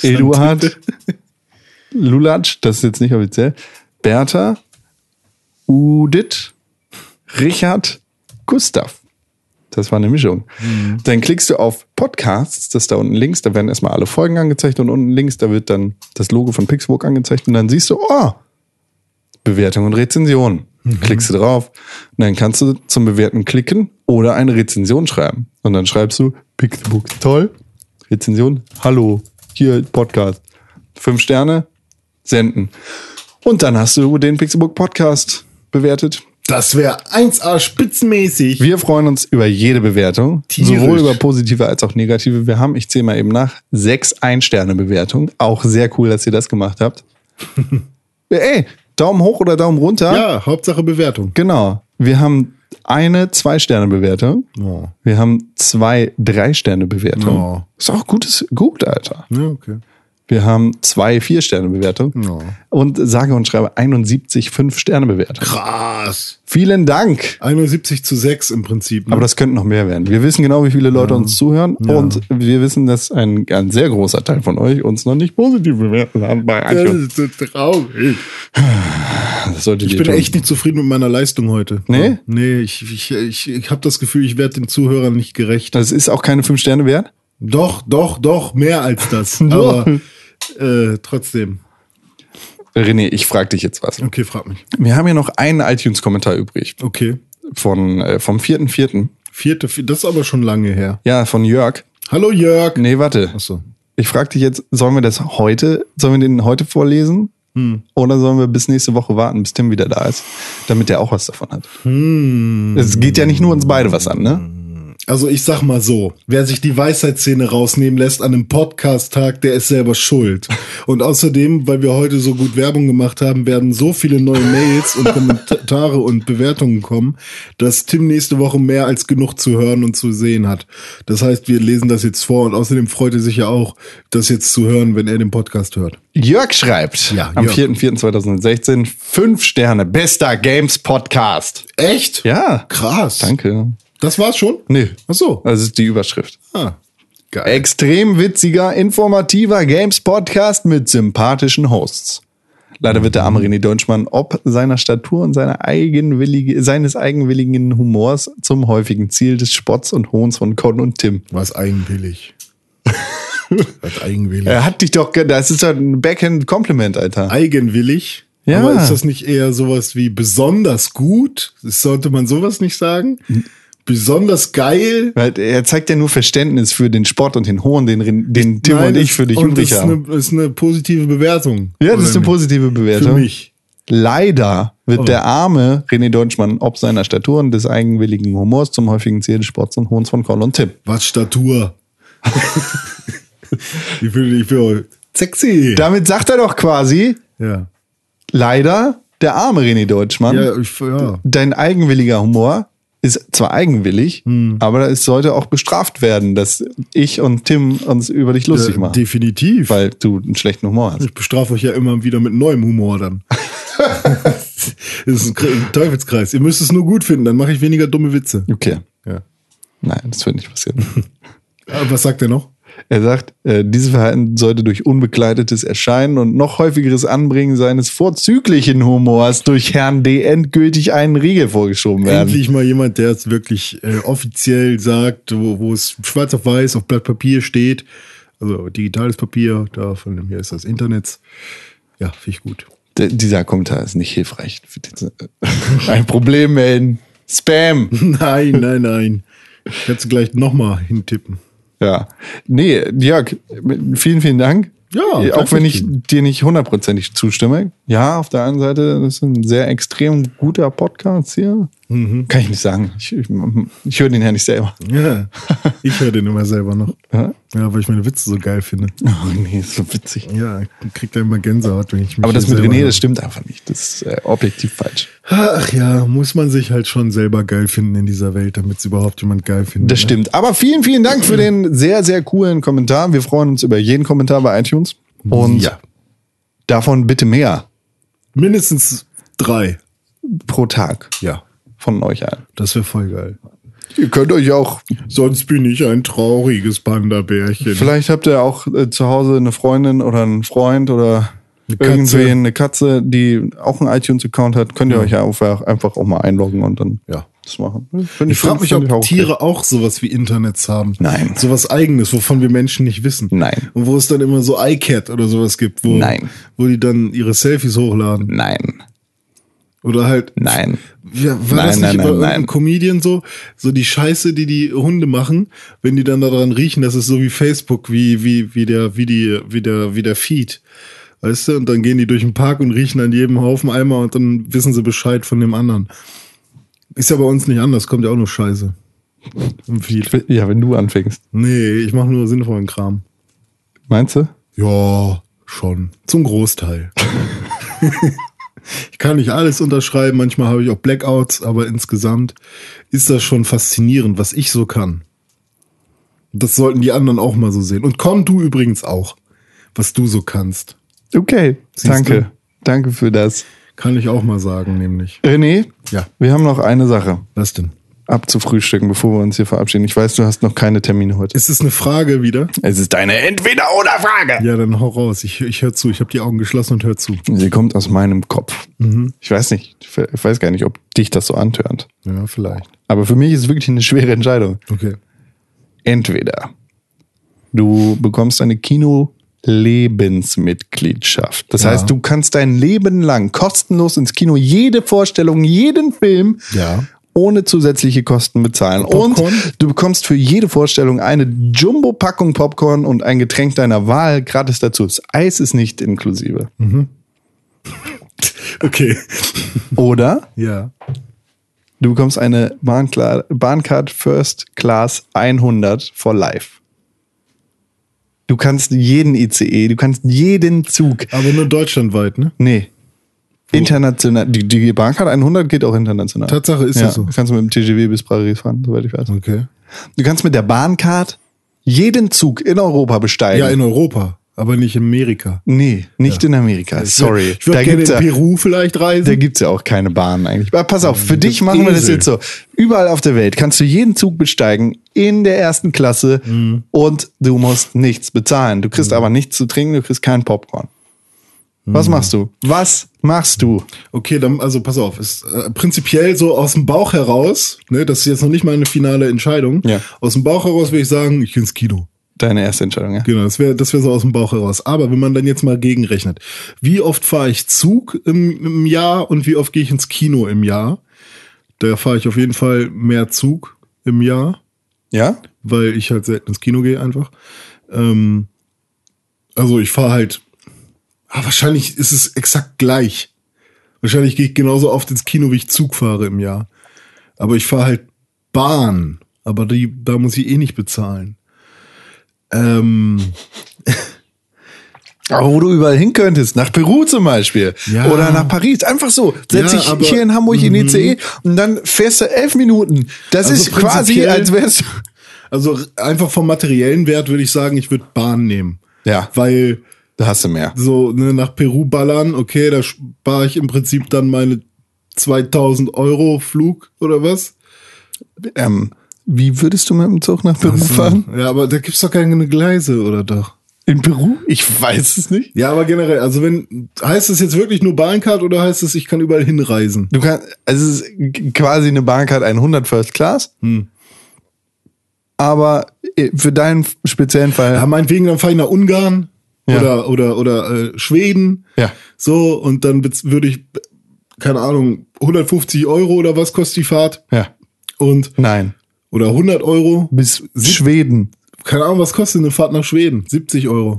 Eduard, Lulatsch, das ist jetzt nicht offiziell. Bertha, Udit, Richard, Gustav. Das war eine Mischung. Dann klickst du auf Podcasts, das ist da unten links, da werden erstmal alle Folgen angezeigt und unten links, da wird dann das Logo von Pixburg angezeigt und dann siehst du, oh, Bewertung und Rezension. Klickst du drauf und dann kannst du zum Bewerten klicken oder eine Rezension schreiben. Und dann schreibst du Pixburg toll, Rezension, hallo, hier Podcast. Fünf Sterne, senden. Und dann hast du den Pixelbook Podcast bewertet. *laughs* Das wäre 1A spitzenmäßig. Wir freuen uns über jede Bewertung, Tierisch. sowohl über positive als auch negative. Wir haben, ich zähle mal eben nach, sechs Ein-Sterne-Bewertungen. Auch sehr cool, dass ihr das gemacht *laughs* habt. Ey, Daumen hoch oder Daumen runter. Ja, Hauptsache Bewertung. Genau. Wir haben eine Zwei-Sterne-Bewertung. Oh. Wir haben zwei Drei-Sterne-Bewertungen. Ja. Ist auch gutes, gut, Alter. Ja, okay. Wir haben zwei Vier-Sterne-Bewertungen. Ja. Und sage und schreibe 71 Fünf-Sterne-Bewertungen. Krass. Vielen Dank. 71 zu 6 im Prinzip. ne? Aber das könnten noch mehr werden. Wir wissen genau, wie viele Leute uns zuhören. Und wir wissen, dass ein, ein sehr großer Teil von euch uns noch nicht positiv bewertet haben bei das iTunes. ist so traurig. Das solltet Ich ihr bin tun. echt nicht zufrieden mit meiner Leistung heute. Nee? Nee, ich, ich, ich, ich habe das Gefühl, ich werde den Zuhörern nicht gerecht. Das ist auch keine fünf Sterne wert. Doch, doch, doch, mehr als das. *laughs* Doch. Aber äh, trotzdem. René, ich frage dich jetzt was. Okay, frag mich. Wir haben hier noch einen iTunes-Kommentar übrig. Okay. Von, äh, vom 4.4. Vierte, vier- das ist aber schon lange her. Ja, von Jörg. Hallo Jörg. Nee, warte. Achso. Ich frage dich jetzt, sollen wir das heute, sollen wir den heute vorlesen? Hm. Oder sollen wir bis nächste Woche warten, bis Tim wieder da ist, damit der auch was davon hat? Hm. Es geht ja nicht nur uns beide was an, ne? Also ich sag mal so, wer sich die Weisheitsszene rausnehmen lässt an einem Podcast-Tag, der ist selber schuld. Und außerdem, weil wir heute so gut Werbung gemacht haben, werden so viele neue Mails und Kommentare und Bewertungen kommen, dass Tim nächste Woche mehr als genug zu hören und zu sehen hat. Das heißt, wir lesen das jetzt vor und außerdem freut er sich ja auch, das jetzt zu hören, wenn er den Podcast hört. Jörg schreibt Ja, am Jörg. 4.4.2016 fünf Sterne, bester Games Podcast. Echt? Ja, Krass. danke. Das war's schon? Nee, Ach so. das ist die Überschrift. Ah. Geil. Extrem witziger, informativer Games Podcast mit sympathischen Hosts. Leider wird der arme René Deutschmann ob seiner Statur und seiner eigenwillige, seines eigenwilligen Humors zum häufigen Ziel des Spotts und Hohns von Con und Tim. *laughs* Was eigenwillig. Was eigenwillig. Er hat dich doch, ge- das ist doch ein Backhand-Kompliment, Alter. eigenwillig. Ja. Aber ist das nicht eher sowas wie besonders gut? Sollte man sowas nicht sagen? Besonders geil? Weil er zeigt ja nur Verständnis für den Sport und den Hohn, den, Ren- den Tim und das- ich für dich und übrig das ist haben. eine, ist eine positive Bewertung. Ja, das ist eine Oder nicht? positive Bewertung. Für mich. Oh. Leider wird der arme René Deutschmann ob seiner Statur und des eigenwilligen Humors zum häufigen Ziel des Sports und Hohns von Con und Tim. *laughs* Was Statur. ich will, ich will sexy. Damit sagt er doch quasi, ja. leider der arme René Deutschmann, Ja, ich, ja. dein eigenwilliger Humor ist zwar eigenwillig, Hm. aber es sollte auch bestraft werden, dass ich und Tim uns über dich lustig Äh, machen, definitiv. weil du einen schlechten Humor hast. Ich bestrafe euch ja immer wieder mit neuem Humor *laughs* dann. das ist ein Kre- ein Teufelskreis. Ihr müsst es nur gut finden, dann mache ich weniger dumme Witze. Okay. Ja. Nein, das wird nicht passieren. Ah, Was sagt er noch? Er sagt, äh, dieses Verhalten sollte durch unbegleitetes Erscheinen und noch häufigeres Anbringen seines vorzüglichen Humors durch Herrn D. endgültig einen Riegel vorgeschoben werden. Endlich mal jemand, der es wirklich äh, offiziell sagt, wo, wo es schwarz auf weiß auf Blatt Papier steht. Also digitales Papier, da von dem hier ist das Internet. Ja, finde ich gut. *laughs* D dieser Kommentar ist nicht hilfreich. für diese- *laughs* Ein Problem melden. Spam. Nein, nein, nein. Kannst du gleich nochmal hintippen. Ja. Nee, Jörg, vielen, vielen Dank. Äh, Ja, Auch danke wenn ich schön. dir nicht hundertprozentig zustimme. Ja, auf der einen Seite, das ist ein sehr extrem guter Podcast hier. Kann ich nicht sagen. Ich, ich, ich höre den ja nicht selber. Ja, ich höre den immer selber noch. Ja? Ja, weil ich meine Witze so geil finde. Oh nee, ist so witzig. Ja, kriegt er immer Gänsehaut, wenn ich mich Aber das hier mit selber René, höre. das stimmt einfach nicht. Das ist äh, objektiv falsch. Ach ja, muss man sich halt schon selber geil finden in dieser Welt, damit es überhaupt jemand geil findet. Das ne? stimmt. Aber vielen, vielen Dank für den sehr, sehr coolen Kommentar. Wir freuen uns über jeden Kommentar bei iTunes. Und Ja. davon bitte mehr Mindestens drei. pro Tag Ja, von euch allen. das wäre voll geil. Ihr könnt euch auch, Sonst bin ich ein trauriges Panda-Bärchen. vielleicht habt ihr auch äh, zu Hause eine Freundin oder einen Freund oder Katze. irgendwen, eine Katze, die auch einen iTunes-Account hat. Könnt ihr euch ja einfach, einfach auch mal einloggen und dann Ja. das machen. Ich frage mich, ob Tiere auch sowas wie Internets haben. Nein. Sowas eigenes, wovon wir Menschen nicht wissen. Nein. Und wo es dann immer so iCat oder sowas gibt, wo, Nein. wo die dann ihre Selfies hochladen. Nein, Oder halt. nein. Ja, war Nein, das nicht nein, bei nein, irgendeinem nein. Comedian so? So die Scheiße, die die Hunde machen, wenn die dann daran riechen, das ist so wie Facebook, wie, wie, wie der, wie die, wie der, wie der Feed. Weißt du? Und dann gehen die durch den Park und riechen an jedem Haufen einmal und dann wissen sie Bescheid von dem anderen. Ist ja bei uns nicht anders, kommt ja auch nur Scheiße. Im Feed. Ja, wenn du anfängst. Nee, ich mache nur sinnvollen Kram. Meinst du? Ja, schon. Zum Großteil. *laughs* ich kann nicht alles unterschreiben, manchmal habe ich auch Blackouts, aber insgesamt ist das schon faszinierend, was ich so kann. Das sollten die anderen auch mal so sehen. Und komm du übrigens auch, was du so kannst. Okay, Siehst danke. du? Danke für das. Kann ich auch mal sagen, nämlich. René, Ja. wir haben noch eine Sache Was denn? abzufrühstücken, bevor wir uns hier verabschieden. Ich weiß, du hast noch keine Termine heute. Ist es eine Frage wieder? Es ist deine Entweder-oder-Frage. Ja, dann hau raus. Ich, ich höre zu. Ich habe die Augen geschlossen und hör zu. Sie kommt aus meinem Kopf. Ich weiß nicht, ich weiß gar nicht, ob dich das so antörnt. Ja, vielleicht. Aber für mich ist es wirklich eine schwere Entscheidung. Okay. Entweder du bekommst eine Kino-Lebensmitgliedschaft. Das Ja. heißt, du kannst dein Leben lang kostenlos ins Kino jede Vorstellung, jeden Film Ja. ohne zusätzliche Kosten bezahlen. Popcorn? Und du bekommst für jede Vorstellung eine Jumbo-Packung Popcorn und ein Getränk deiner Wahl gratis dazu. Das Eis ist nicht inklusive. Mhm. Okay. Oder *laughs* Ja. du bekommst eine Bahnkla- Bahncard First Class 100 for life. Du kannst jeden ICE, du kannst jeden Zug. Aber nur deutschlandweit, ne? Nee. International. Die, die Bahncard 100 geht auch international. Tatsache ist ja, das so. Du kannst mit dem TGW bis Paris fahren, soweit ich weiß. Okay. Du kannst mit der Bahncard jeden Zug in Europa besteigen. Ja, in Europa, aber nicht in Amerika. nee, nicht in Amerika. Sorry. Ich würde da gerne gibt's in ja, Peru vielleicht reisen. da gibt's ja auch keine Bahn eigentlich. Aber pass auf, für dich machen wir das Esel. jetzt so. Überall auf der Welt kannst du jeden Zug besteigen in der ersten Klasse Mhm. und du musst nichts bezahlen. Du kriegst aber nichts zu trinken, du kriegst keinen Popcorn. Was Mhm. machst du? Was machst du? okay, dann, also pass auf, ist äh, prinzipiell so aus dem Bauch heraus, ne, das ist jetzt noch nicht meine finale Entscheidung. Ja. Aus dem Bauch heraus würde ich sagen, ich gehe ins Kino. Deine erste Entscheidung, ja? Genau, das wäre das wär so aus dem Bauch heraus. Aber wenn man dann jetzt mal gegenrechnet, wie oft fahre ich Zug im, im Jahr und wie oft gehe ich ins Kino im Jahr? Da fahre ich auf jeden Fall mehr Zug im Jahr. Ja? weil ich halt selten ins Kino gehe einfach. Ähm, also ich fahre halt, ah, wahrscheinlich ist es exakt gleich. Wahrscheinlich gehe ich genauso oft ins Kino, wie ich Zug fahre im Jahr. Aber ich fahre halt Bahn, aber die, da muss ich eh nicht bezahlen. Ähm, Aber wo du überall hin könntest, nach Peru zum Beispiel Ja. oder nach Paris, einfach so. Setz Ja, dich aber- mhm. hier in Hamburg in ICE und dann fährst du elf Minuten. Das Also ist quasi, prinzipiell- als wärst du. also einfach vom materiellen Wert würde ich sagen, ich würde Bahn nehmen. Ja. Weil Da hast du mehr. so ne, nach Peru ballern, okay, da spare ich im Prinzip dann meine 2000 Euro Flug oder was? Ähm, wie würdest du mit dem Zug nach Peru So. fahren? Ja, aber da gibt's doch keine Gleise, oder doch? In Peru? Ich weiß es nicht. Ja, aber generell, also wenn, heißt es jetzt wirklich nur Bahncard oder heißt es, ich kann überall hinreisen? Du kannst, also es ist g- quasi eine Bahncard 100 First Class. Hm. Aber äh, für deinen speziellen Fall. Ja, meinetwegen, dann fahre ich nach Ungarn Ja. oder, oder, oder äh, Schweden. Ja. So, und dann bez- würde ich, keine Ahnung, 150 Euro oder was kostet die Fahrt? ja. Und, Nein. oder 100 Euro. Bis Schweden. Keine Ahnung, was kostet eine Fahrt nach Schweden? 70 Euro.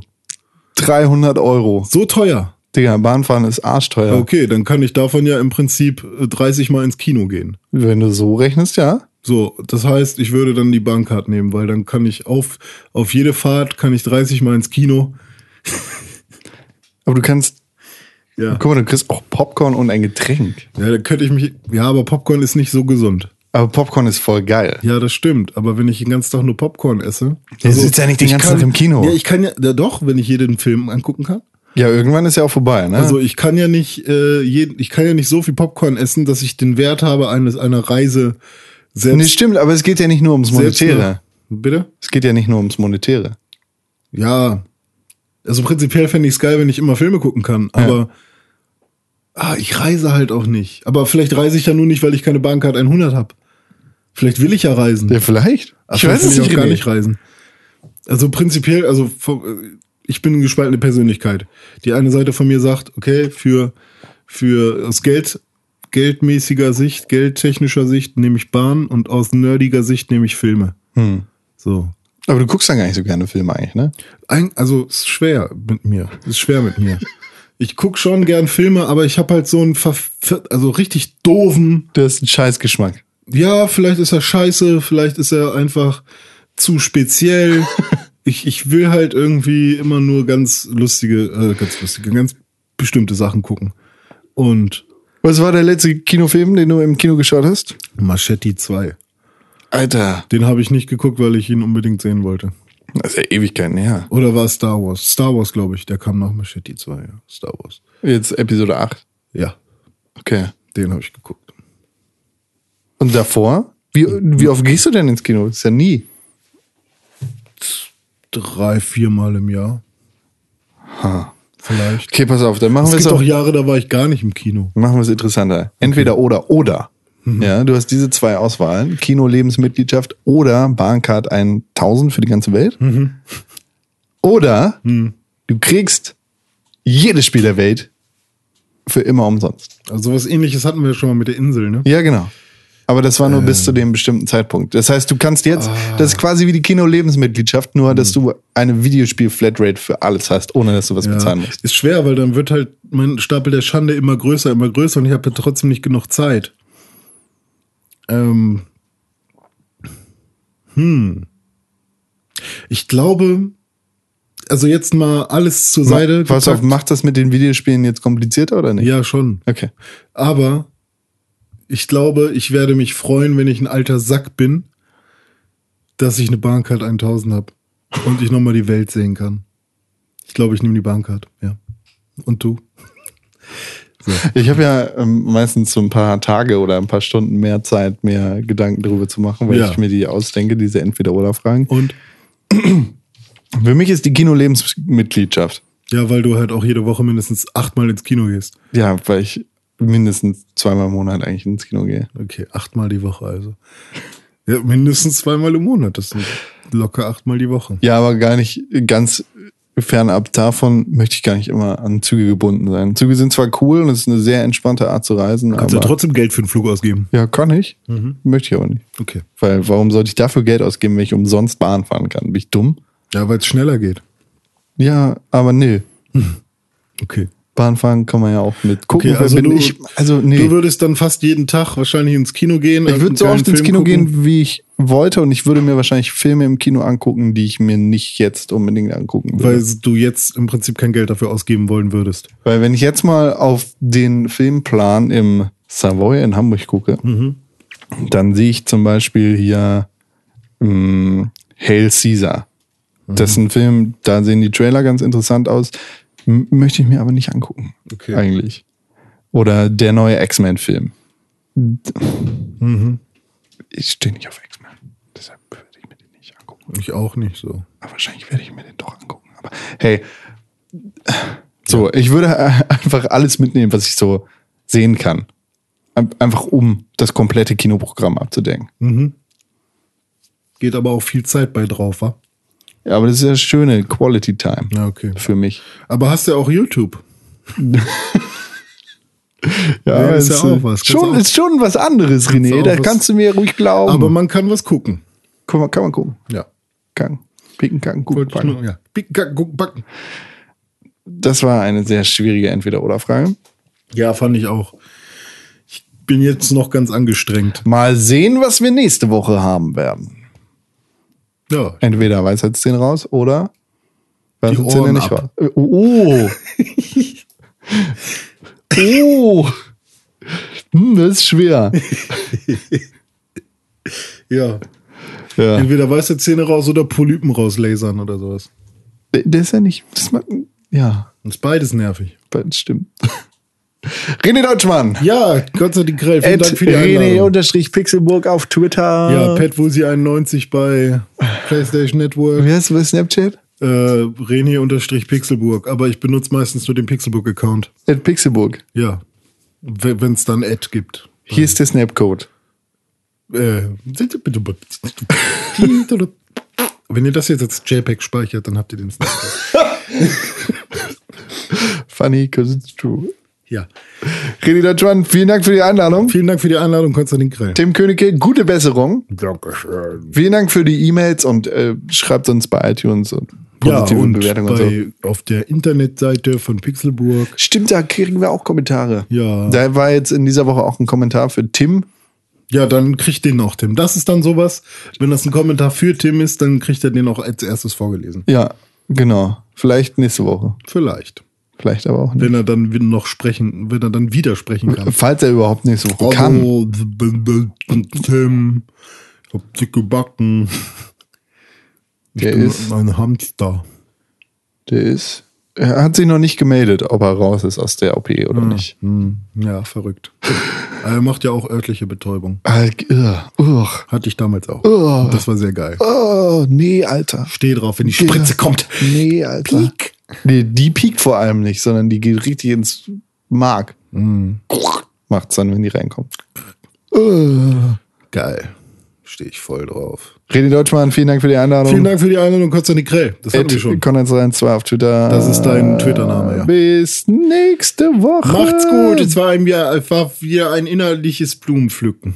300 Euro. So teuer. Digga, Bahnfahren ist arschteuer. Okay, dann kann ich davon ja im Prinzip äh, 30 Mal ins Kino gehen. Wenn du so rechnest, ja. So, das heißt, ich würde dann die Bahncard nehmen, weil dann kann ich auf, auf jede Fahrt kann ich 30 Mal ins Kino. Aber du kannst, Ja. guck mal, du kriegst auch Popcorn und ein Getränk. ja, da könnte ich mich. Ja, aber Popcorn ist nicht so gesund. Aber Popcorn ist voll geil. Ja, das stimmt. Aber wenn ich den ganzen Tag nur Popcorn esse. also Du sitzt ja nicht den ich ganzen kann, Tag im Kino. Ja, ich kann ja, ja doch, wenn ich jeden Film angucken kann. Ja, irgendwann ist ja auch vorbei, ne? Also ich kann ja nicht, äh, jeden, ich kann ja nicht so viel Popcorn essen, dass ich den Wert habe eines einer Reise nee, selbst. stimmt, aber es geht ja nicht nur ums selbst Monetäre. bitte? Es geht ja nicht nur ums Monetäre. Ja. Also prinzipiell fände ich es geil, wenn ich immer Filme gucken kann, aber ah, ich reise halt auch nicht. Aber vielleicht reise ich ja nur nicht, weil ich keine Bahncard 100 habe. Vielleicht will ich ja reisen. Ja, vielleicht. Ach, vielleicht will genau. ich auch gar nicht reisen. Also prinzipiell, also vom- ich bin eine gespaltene Persönlichkeit. Die eine Seite von mir sagt, okay, für, für aus Geld, geldmäßiger Sicht, geldtechnischer Sicht nehme ich Bahn und aus nerdiger Sicht nehme ich Filme. Hm. So. Aber du guckst dann gar nicht so gerne Filme eigentlich, ne? Ein, also ist schwer mit mir. Ist schwer mit mir. Ich guck schon gern Filme, aber ich habe halt so einen verf- also richtig doofen. Das ist ein Scheißgeschmack. Ja, vielleicht ist er scheiße, vielleicht ist er einfach zu speziell. ich, ich will halt irgendwie immer nur ganz lustige, äh, ganz lustige, ganz bestimmte Sachen gucken. Und Was war der letzte Kinofilm, den du im Kino geschaut hast? Machete 2. Alter, Den habe ich nicht geguckt, weil ich ihn unbedingt sehen wollte. das ist ja Ewigkeiten her. Oder war es Star Wars? Star Wars, glaube ich. Der kam nach Machete 2, ja. Star Wars. Jetzt Episode 8. Ja, Okay. den habe ich geguckt. Und davor? Wie, wie oft gehst du denn ins Kino? Das ist ja nie. drei, viermal im Jahr. Vielleicht. Okay, pass auf, dann machen Es wir es gibt auch auch. Jahre, da war ich gar nicht im Kino. Machen wir es interessanter. Entweder oder oder. Ja, du hast diese zwei Auswahlen. Kino, Lebensmitgliedschaft oder Bahncard 1000 für die ganze Welt. Oder du kriegst jedes Spiel der Welt für immer umsonst. Also was ähnliches hatten wir schon mal mit der Insel, ne? Ja, genau. Aber das war nur bis zu dem bestimmten Zeitpunkt. Das heißt, du kannst jetzt, das ist quasi wie die Kino-Lebensmitgliedschaft, nur dass du eine Videospiel-Flatrate für alles hast, ohne dass du was bezahlen musst. Ist schwer, weil dann wird halt mein Stapel der Schande immer größer, immer größer und ich habe ja trotzdem nicht genug Zeit. Ähm. Hm. Ich glaube, also jetzt mal alles zur Seite. Pass auf, gepackt. macht das mit den Videospielen jetzt komplizierter oder nicht? Ja, schon. Okay. Aber ich glaube, ich werde mich freuen, wenn ich ein alter Sack bin, dass ich eine Bahncard 1000 habe und ich nochmal die Welt sehen kann. Ich glaube, ich nehme die Bahncard, ja. Und du? Ich habe ja ähm, meistens so ein paar Tage oder ein paar Stunden mehr Zeit, mir Gedanken darüber zu machen, weil Ja. ich mir die ausdenke, diese Entweder-Oder-Fragen. Und? Für mich ist die Kino-Lebensmitgliedschaft. Ja, weil du halt auch jede Woche mindestens achtmal ins Kino gehst. Ja, weil ich mindestens zweimal im Monat eigentlich ins Kino gehe. Okay, achtmal die Woche also. Ja, mindestens zweimal im Monat. Das sind locker achtmal die Woche. Ja, aber gar nicht ganz fernab davon möchte ich gar nicht immer an Züge gebunden sein. Züge sind zwar cool und es ist eine sehr entspannte Art zu reisen, Kannst Mhm. ja aber trotzdem Geld für den Flug ausgeben. ja, kann ich. Möchte ich aber nicht. Okay. Weil warum sollte ich dafür Geld ausgeben, wenn ich umsonst Bahn fahren kann? Bin ich dumm? Ja, weil es schneller geht. Ja, aber nö. Okay. Bahn fahren kann man ja auch mit gucken. Okay, also wer bin du- ich, also nee. Du würdest dann fast jeden Tag wahrscheinlich ins Kino gehen. also ich würde so oft ins Kino gehen, wie ich wollte und ich würde mir wahrscheinlich Filme im Kino angucken, die ich mir nicht jetzt unbedingt angucken würde. Weil du jetzt im Prinzip kein Geld dafür ausgeben wollen würdest. Weil wenn ich jetzt mal auf den Filmplan im Savoy in Hamburg gucke, Mhm. dann sehe ich zum Beispiel hier mh, Hail Caesar. Mhm. Das ist ein Film, da sehen die Trailer ganz interessant aus, m- möchte ich mir aber nicht angucken, Okay. eigentlich. Oder der neue X-Men-Film. Mhm. Ich stehe nicht auf X-Men, deshalb würde ich mir den nicht angucken. Ich auch nicht so. Aber wahrscheinlich werde ich mir den doch angucken. Aber hey, so, ich würde äh, einfach alles mitnehmen, was ich so sehen kann. Ein- Einfach um das komplette Kinoprogramm abzudenken. Geht aber auch viel Zeit bei drauf, wa? Ja, aber das ist ja schöne Quality Time Ja, okay. für mich. Aber hast ja auch YouTube. Ja, aber ist ja es, auch äh, was. Kannst Schon, auch- ist schon was anderes, René. auch Da was- kannst du mir ruhig glauben. Aber man kann was gucken. kann, man, kann man gucken. Ja. Kann. Picken, kacken, gucken, Wollte ich packen. nur- ja. Pick, kack, guck, backen. Das war eine sehr schwierige Entweder-Oder-Frage. Ja, fand ich auch. Ich bin jetzt noch ganz angestrengt. Mal sehen, was wir nächste Woche haben werden. Ja. entweder Weisheitszähne raus oder Ohren Weisheitszähne nicht raus. ab. Äh, *laughs* Oh. oh. Hm, das ist schwer. ja. Ja. Entweder weiße Zähne raus oder Polypen rauslasern oder sowas. Das ist ja nicht. Das macht, ja, Ist beides nervig. das stimmt. *laughs* René Deutschmann. Ja, Gott sei Dank, Grell. Vielen At Dank für die Einladung. René-Pixelburg auf Twitter. Ja, PetWusi91 bei PlayStation Network. Wie heißt du bei Snapchat? Äh, René-Pixelburg. Aber ich benutze meistens nur den Pixelburg-Account. At Pixelburg. Ja. Wenn es dann Ad gibt. Hier ist der Snapcode. Äh, wenn ihr das jetzt als JPEG speichert, dann habt ihr den Snapchat. Funny, cause it's true. Ja. René Deutschmann, vielen Dank für die Einladung. Vielen Dank für die Einladung, Konstantin Krell. Tim Königke, gute Besserung. Dankeschön. Vielen Dank für die E-Mails und äh, schreibt uns bei iTunes und Ja, positive und Bewertungen und so. bei, auf der Internetseite von Pixelburg. Stimmt, da kriegen wir auch Kommentare. Ja. Da war jetzt in dieser Woche auch ein Kommentar für Tim. Ja, dann kriegt den auch Tim. Das ist dann sowas. Wenn das ein Kommentar für Tim ist, dann kriegt er den auch als erstes vorgelesen. Ja, genau. Vielleicht nächste Woche. Vielleicht. Vielleicht aber auch nicht. Wenn er dann wi- noch sprechen, wenn er dann wieder *laughs* sprechen kann. Falls er überhaupt nächste Woche Oh, kann. Hallo, Tim. Ich hab dich gebacken. Ich Der bin ist- ein Hamster. Der ist. Er hat sich noch nicht gemeldet, ob er raus ist aus der OP oder nicht. Hm, *laughs* ja, verrückt. er macht ja auch örtliche Betäubung. Ah, irr, irr. Hatte ich damals auch. Oh. Das war sehr geil. Oh, nee, Alter. Steh drauf, wenn die Spritze Ja. kommt. Genau. Nee, Alter. Peak. Nee, die piekt vor allem nicht, sondern die geht richtig ins Mark. Mhm. Macht's dann, wenn die reinkommt. Oh. Geil. Stehe ich voll drauf. René Deutschmann, vielen Dank für die Einladung. Vielen Dank für die Einladung, Konstantin Krell. Das hatten wir schon. Konrad1 auf Twitter. Das ist dein Twitter-Name, ja. Bis nächste Woche. Macht's gut. Es war, ein, ja, es war wieder ein innerliches Blumenpflücken.